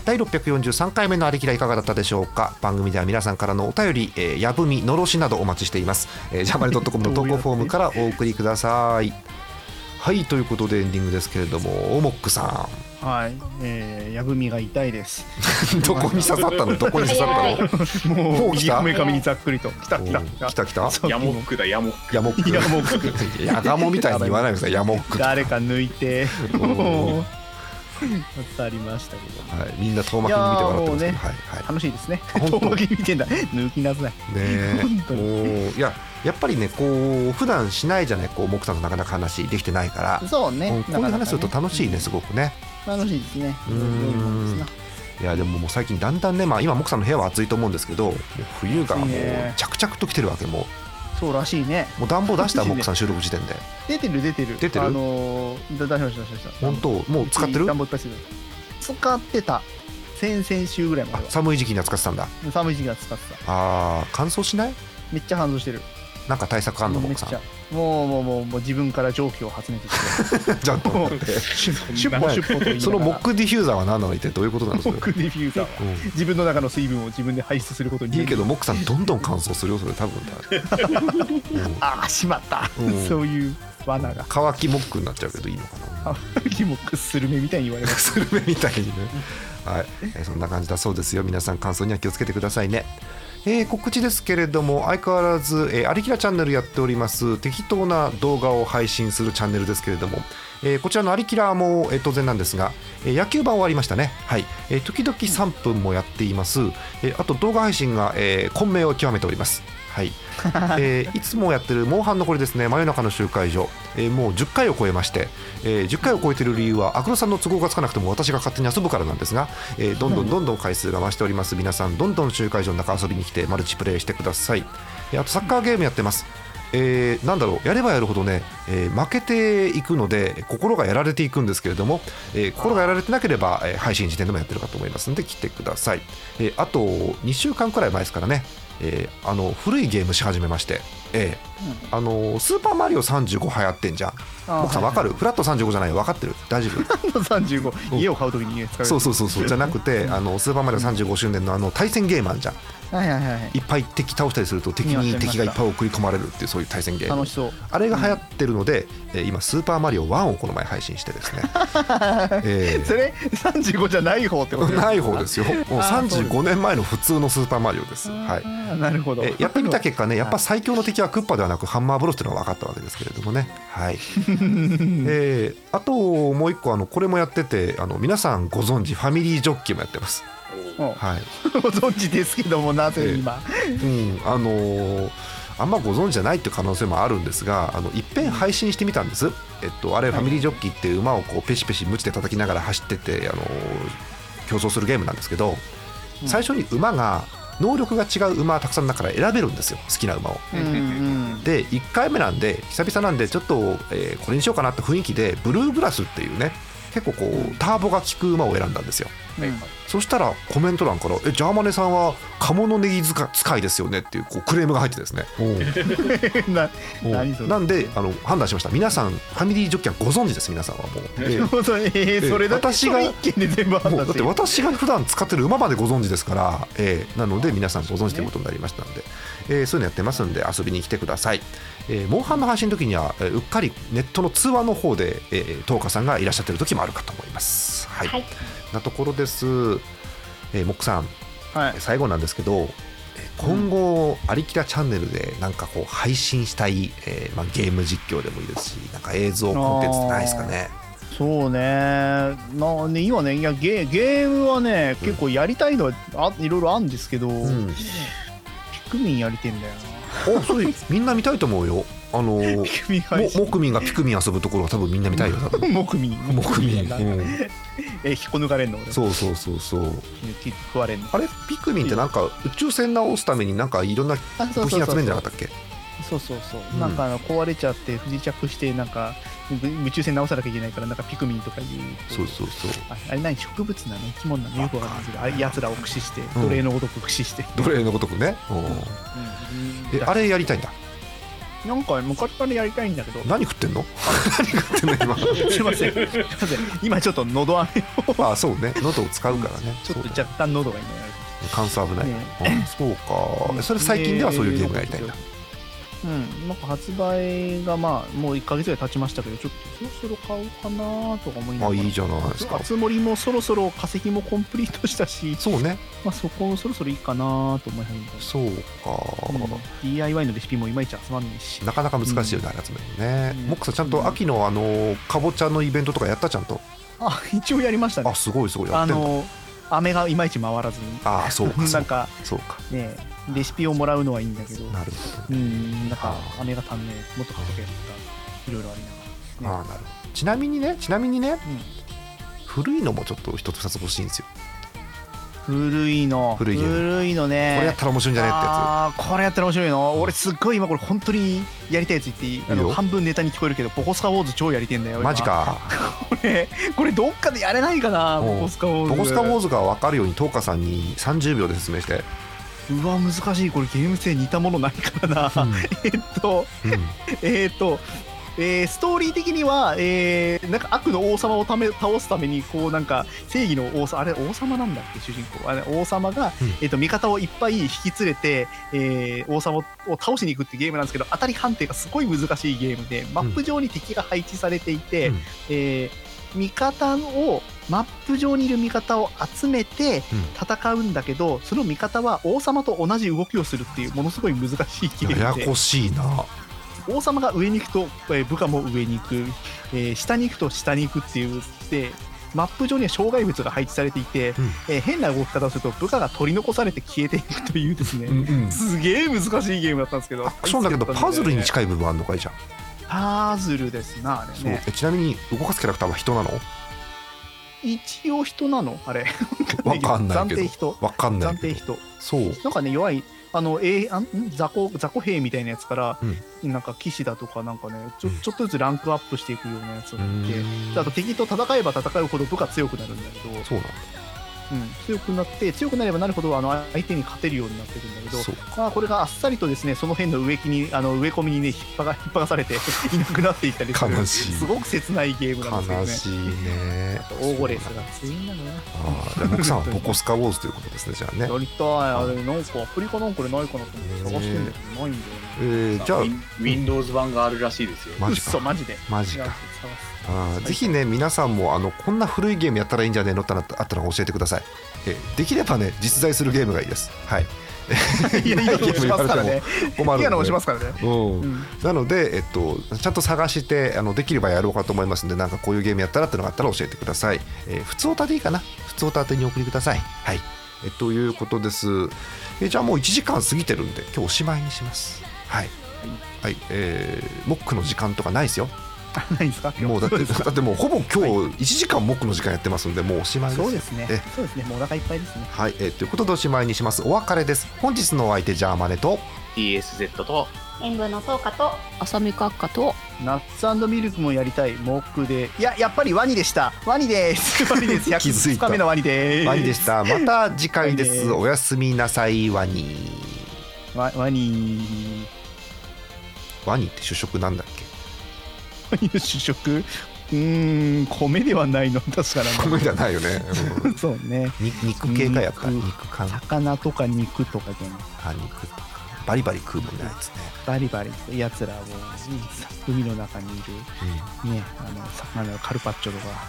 A: 第643回目のありきらいかがだったでしょうか番組では皆さんからのお便り、えー、やぶみのろしなどお待ちしています、えー、ジャマリドットコム の投稿フォームからお送りくださいはいということでエンディングですけれどもオモックさ
C: はい、えー、やぶみが痛 いです
A: ん どこに刺さった のどこに刺さっ
C: も
A: もう来
C: う右
A: た
C: こめかみにざっくりと来
A: た
C: た
A: の
C: 来
A: お
C: た
A: う
C: 来た
A: 来た来 た
C: そう
B: ヤモックだヤモック
A: ヤモック
C: ヤ モック
A: ヤガモみたいに言わないでくださいヤモック、は
C: 誰か抜いて
A: おう
C: もう ありましたけど
A: い、みんな遠巻きに見て笑ってますけど、
C: いやーもうね
A: はいはい
C: 楽しいですね
A: 本当
C: 遠巻きに見てんだ抜きなさい
A: ね
C: 本当に
A: えおいややっぱりねこう普段しないじゃないこうモックさんとなかなか話できてないから
C: そうね
A: うんこういう話すると楽しいねすごくね
C: 楽しいですね
A: うーんいやでももう最近だんだんね、まあ、今モクさんの部屋は暑いと思うんですけどもう冬がも
C: 暑いうね
A: 着々と来てるわけもう
C: そうらしいね
A: もう暖房出したモックさん収録時点で
C: 出てる出てる
A: 出てる
C: あのー、出しました出しました
A: 本当もう使ってる
C: 暖房いっぱいしてる使ってた先々週ぐらいま
A: あ
C: で
A: 寒い時期には使ってたんだ
C: は寒い時期は使ってた
A: あー乾燥しない
C: めっちゃ反応してる
A: なんか対策あんのモ
C: め
A: ッ
C: っ
A: ク
C: ち
A: さん
C: ゃもうもうもうもう自分から蒸気を発熱 して
A: じゃんと
C: もう
B: そ
C: 出
B: んな
C: 歩出歩と言いながら
A: そのモックディフューザーは何なの一体どういうことなんです
C: モ
A: か
C: ックディフューザーは自分の中の水分を自分で排出することに
A: いいけどモックさんどんどん乾燥するよそれ多分だ、
C: ああしまった、
A: うん
C: そういう罠
A: うん
C: が、
A: 乾きモックになっちゃうけどいいのかな
C: キモックスルメみたいに言われます
A: スルメみたいにね。はい、えーそんな感じだそうですよ。皆さん感想には気をつけてくださいね。えー告知ですけれども相変わらず、えー、アリキラチャンネルやっております適当な動画を配信するチャンネルですけれども、えーこちらのアリキラも、えー当然なんですが、えー野球版終わりましたねはい、えー時々3分もやっています、えーあと動画配信が、えー混迷を極めておりますはい、えーいつもやってるモンハンのこれですね真夜中の集会所、えーもう10回を超えまして、えー10回を超えてる理由はアクロさんの都合がつかなくても私が勝手に遊ぶからなんですが、えーどんどんどんどん回数が増しております皆さんどんどん集会所の中遊びに来てマルチプレイしてください、えーあとサッカーゲームやってますえーなんだろうやればやるほどね、えー負けていくので心がやられていくんですけれども、えー心がやられてなければ、えー配信時点でもやってるかと思いますので来てください、えーあと2週間くらい前ですからね、えーあの古いゲームし始めまして、えーあのスーパーマリオ35流行ってんじゃん僕さん分かるフラット35じゃない分かってる大 丈夫
C: 35家を買うときにね使う
A: そうそうそうそうじゃなくてあのスーパーマリオ35周年のあの対戦ゲームあんじゃん
C: うはいはいはい
A: いっぱい敵倒したりすると敵
C: 見まし
A: に
C: た見
A: 敵
C: ました
A: がいっぱい送り込まれるっていうそういう対戦ゲーム
C: 楽しそう
A: あれが流行ってるので、えー今「スーパーマリオ1」をこの前配信して ですね、え
C: それ35じゃない方ってこと
A: ー、ない方ですすよもう35年前の普通の「スーパーマリオ」です、はい、
C: なるほど
A: えやってみた結果ねやっぱ最強の敵はクッパではなくハンマーブロスというのが分かったわけですけれどもね、はいえーあともう一個あのこれもやっててあの皆さんご存知ファミリージョッキーもやってます、
C: も う
A: はい
C: ご存知ですけどもなぜ今、
A: うん、あのーあんまご存知じゃないっていう可能性もあるんですがあのいっぺん配信してみたんです、えっと、あれファミリージョッキーっていう馬をこうペシペシムチで叩きながら走ってて、あのー競争するゲームなんですけど
C: うん
A: 最初に馬が能力が違う馬たくさんの中から選べるんですよ好きな馬を。
C: うんうん
A: で1回目なんで久々なんでちょっと、えーこれにしようかなって雰囲気でブルーグラスっていうね結構こうターボが効く馬を選んだんですよ。そしたらコメント欄から「えジャーマネさんは鴨のネギ使使いですよね」っていうこうクレームが入ってですね
C: うんな
A: おう
C: 何それ
A: なんであの判断しました皆さんファミリージョッキはご存知です皆さんはも う。で
C: 本当にえーそれだ
A: 私が
C: それ一見で全部判
A: もうだ
C: 断し
A: ってて私が普段使ってる馬までご存知ですから、えーなので皆さんご存知ということになりましたので、えーそういうのやってますんで遊びに来てください、えーモンハンの配信の時には、えーうっかりネットの通話の方で、えー、東花さんがいらっしゃってる時もあるかと思いますはい、
F: はい
A: なところです、えー、モックさん
C: はい
A: 最後なんですけどえー今後、アリキラチャンネルでなんかこう配信したい、えーまあ、ゲーム実況でもいいですしなんか映像コンテンツってないですかね
C: そうねなね今ねいやゲーゲームはね結構やりたいのはあいろいろあるんですけど、
A: ん
C: ピクミンやりてんだよな
A: おそれみんな見たいと思うよあの ー
C: ピクミン配
A: も
C: 信
A: モクミンがピクミン遊ぶところは多分みんな見たいよ多分
C: モクミン
A: モクミン、
C: やな
A: うん
C: え引っこ抜かれんの俺
A: そうそうそうそう
C: き食われんの
A: あれピクミンってなんか宇宙船直すためになんかいろんな
C: あそ
A: 部
C: うそ
A: 品集
C: うそ
A: め
C: う
A: るんじゃなかったっけ
C: そうそうそう、
A: うん
C: なんかあの壊れちゃって不時着してなんかぶ宇宙船直さなきゃいけないからなんかピクミンとかいう
A: そうそうそう
C: ああれ何植物なの生き物なのよくわかんないですけどあやつらを駆使して
A: うん
C: 奴隷のごとく駆使して、
A: 奴隷のごとくね、うん
C: うん
A: えあれやりたいんだ
C: なんか昔からやりたいんだけど
A: 何食ってんの 何食ってんの今
C: すいません、すいません、今ちょっと喉飴を、
A: まあそうね喉を使うからね
C: ちょっと
A: そうだ
C: 若
A: ね
C: 干喉が今や
A: 乾燥危ない、
C: ね
A: うんそうか、
C: られて
A: それ最近ではそういうゲームがやりたいんだ。
C: うん、なんか発売がまあもう1か月ぐらい経ちましたけど、ちょっとそろそろ買おうかなとか思いな
A: あ
C: がら、
A: いいじゃないですか
C: 熱盛もそろそろ化石もコンプリートしたし、
A: そうね
C: まあ、そこもそろそろいいかなと思い始めたし、
A: そう
C: うん
A: か、
C: DIY のレシピもいまいち集まんないし、
A: なかなか難しいよね、集めるね、
C: うん
A: モックさんちゃんと秋のあのかぼちゃのイベントとかやったちゃんと
C: あ一応やりましたね
A: あ、すごいすごいや
C: あ
A: ってんだ
C: の、飴がいまいち回らずに、
A: ああそうかそ
C: な
A: うんか
C: か
A: そうか
C: ね、レシピをもらうのはいいんだけど。
A: なるほ
C: う
A: どね、
C: ん、なんか
A: あ
C: 飴が足んねえ、もっと買っとけとか、いろいろありなが
A: ああなるほどちなみにねちなみにね
C: ら。うん
A: 古いのもちょっと一つ二つ欲しいんですよ
C: 古いの
A: 古いゲーム
C: 古いのね
A: これやったら面白いんじゃねっ
C: あーこれやったら面白いの俺すっごい今これ本当にやりたいやつ言っていいあ
A: いい
C: の
A: よ
C: 半分ネタに聞こえるけどボコスカウォーズ超やりてんだよ
A: てやつ
C: 今
A: マジか
C: これ これどっかでやれないかな
A: うん
C: ボコスカウォーズ
A: ボコスカウォーズが分かるように東花さんに30秒で説明して、
C: うわ難しいこれゲーム性似たものないからな、
A: うん
C: えっとえっ、と、えーストーリー的には、えーなんか悪の王様をため倒すために、こうなんか正義の王様、あれ王様なんだっけ、主人公。あれ王様が、
A: うん
C: えっ、と、味方をいっぱい引き連れて、えー王様を倒しに行くってゲームなんですけど、当たり判定がすごい難しいゲームで、マップ上に敵が配置されていて、
A: うん
C: えー味方を、マップ上にいる味方を集めて戦うんだけど、その味方は王様と同じ動きをするっていうものすごい難しいゲーム
A: や
C: で
A: やこしいな
C: 王様が上に行くと、えー部下も上に行く、えー下に行くと下に行くっていうでマップ上には障害物が配置されていて、
A: ん
C: えー変な動き方をすると部下が取り残されて消えていくというですね、すげえ難しいゲームだったんですけど
A: アクションだけどパズルに近い部分あるのかいじゃん、
C: パズルですなあれ
A: そう
C: ね
A: えちなみに動かすキャラクターは人な の
C: 一応人なのあれ
A: 分かんないけど
C: 暫定人
A: 分かんない
C: 暫
A: け
C: 定
A: ど
C: 人
A: そう
C: なんかね弱いあの、えーあんん雑魚雑魚兵みたいなやつから、なんか騎士だとかなんかねちょちょっとずつランクアップしていくようなやつがいて、あと敵と戦えば戦うほど部下強くなるんだけど、
A: そうなんだ
C: うん、強くなって強くなればなるほどあの相手に勝てるようになってるんだけど
A: そう
C: まあ、これがあっさりとですねその辺の植木にあの植え込みにね引っ張が引っ張がされていなくなっていったりする
A: 悲しい
C: すごく切ないゲームなん
A: 悲
C: ですけ
A: しいね
C: どね大ゴレスが強いんだな
A: あーじゃあ僕さんはボコスカウォーズということですねじゃあ ね
C: やりたいあれなんかアプリかなんかでないかなと思って探してんだけどないんだよね
A: えーじゃあ
B: ウィン Windows 版があるらしいですよ。
A: マ
C: うっ
A: ジ
C: そ
A: か
C: マジで
A: マ
C: 違
A: ジ
C: う探
A: か
C: す
A: あーぜひね皆さんもあのこんな古いゲームやったらいいんじゃねえのってなったあったら教えてくださいえーできればね実在するゲームがいいですはい
C: いやいいの押しますからね
A: 困るん
C: い
A: で
C: やの押しますからね
A: うん
C: うん
A: なので、えっと、ちゃんと探してあのできればやろうかと思いますのでなんかこういうゲームやったらってのがあったら教えてください、えー、普通歌でいいかな普通歌宛てにお送りくださいはいえということですえじゃあもう1時間過ぎてるんで今日おしまいにしますはいはいえー、モックの時間とかないですよ
C: あないんですか今日
A: もうだって
C: そうですか
A: だってもうほぼ今日1時間モックの時間やってますんでもうおしまいです
C: そうですね
A: え
C: そうですねもうお腹いっぱいですね
A: はい、えーということでおしまいにしますお別れです本日のお相手ジャーマネと
B: TSZ と
F: 演舞の総価と
D: 浅見閣下と
C: ナッツミルクもやりたいモックでいややっぱりワニでしたワニです ワニで
A: 気
C: す
A: づいた
C: 2日目のワニです
A: ワニでしたまた次回で
C: はい
A: す
C: ね
A: おやすみなさいワニ
C: ワワニ
A: ワニって主食なんだっけ
C: ワニの主食うーん米ではないの 確か
A: 米じゃないよね、うん
C: なそうね
A: に肉系かやっぱ
C: 肉
A: 肉感
C: 魚とか肉とかじゃない
A: あ肉とかバリバリ食うもんねあいつね、
C: バリバリやつらを海の中にいるねあの魚のカルパッチョとか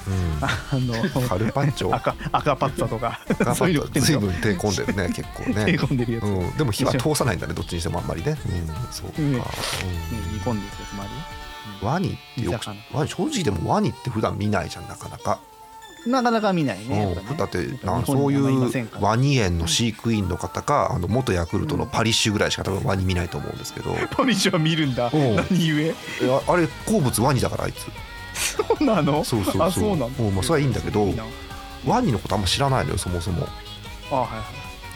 A: うん
C: あの
A: カルパッチョ
C: 赤赤パッツァとか
A: ガ
C: そ
A: バ
C: うい
A: ッ
C: う
A: と
C: の食ってん
A: ず
C: だ
A: い
C: よ
A: ぶん手込んでるね結構
C: 手
A: ね、
C: 込んでるやつ、ね
A: うん、でも火は通さないんだねどっちにしてもあんまりね、うん、そうか、
C: うん
A: うん
C: 煮込んでるやつもあるよ
A: ワニってよく
C: 煮魚
A: ワニ正直でもワニって普段見ないじゃんなかなか、
C: なかなか見ないね。やっぱ
A: う
C: ね
A: ん、だって
C: やっぱ
A: なん
C: 日本に
A: そうい
C: あんまりません
A: う
C: から
A: ワニ園の飼育員の方かあの元ヤクルトのパリッシュぐらいしか多分ワニ見ないと思うんですけど、
C: ポニッシュは見るんだ。
A: うん
C: 何故
A: えああれ好物ワニだからあいつ
C: そうなの
A: そうそうそう
C: あ、そうなんだ。
A: うんまあそれはいいんだけど
C: いいな
A: ワニのことあんま知らないのよそもそも
C: あ、はいは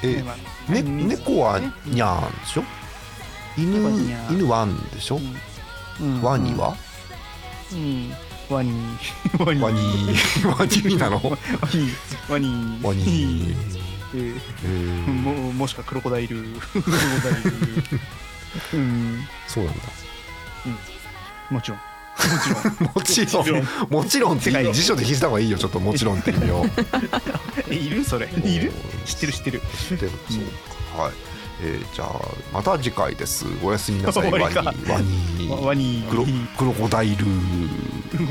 A: え
C: い。まあ
A: ね、
C: うん
A: 猫は
C: ね
A: ニャンでしょ
C: 猫
A: 犬
C: はニャン
A: 犬ワンでしょ、
C: うん
A: ワニは、
C: うん。ワニ。ワニ。
A: ワニワニなの
C: ワニ。ワニ。
A: ワニ、
C: えー
A: えー
C: ももしかクロコダイル。クロコダイル。うん。
A: そうなんだ
C: もちろん。
A: もちろんもちろんって辞書で引いた方がいいよちょっともちろん って意味を
C: え、いるそれ。いる知ってる知ってる。
A: 知ってるそうかはい、えーじゃあまた次回ですおやすみなさいワニ
C: 終わ
A: ワ
C: り
A: ニ
C: ワワニ。
A: クロクロコダイル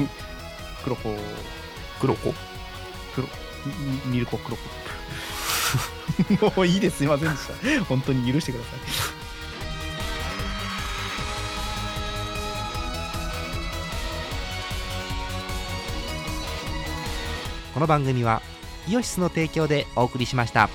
C: クロコ。
A: クロコ
C: ミミルコクロコ もういいですすいませんでした本当に許してください
E: この番組はイオシスの提供でお送りしました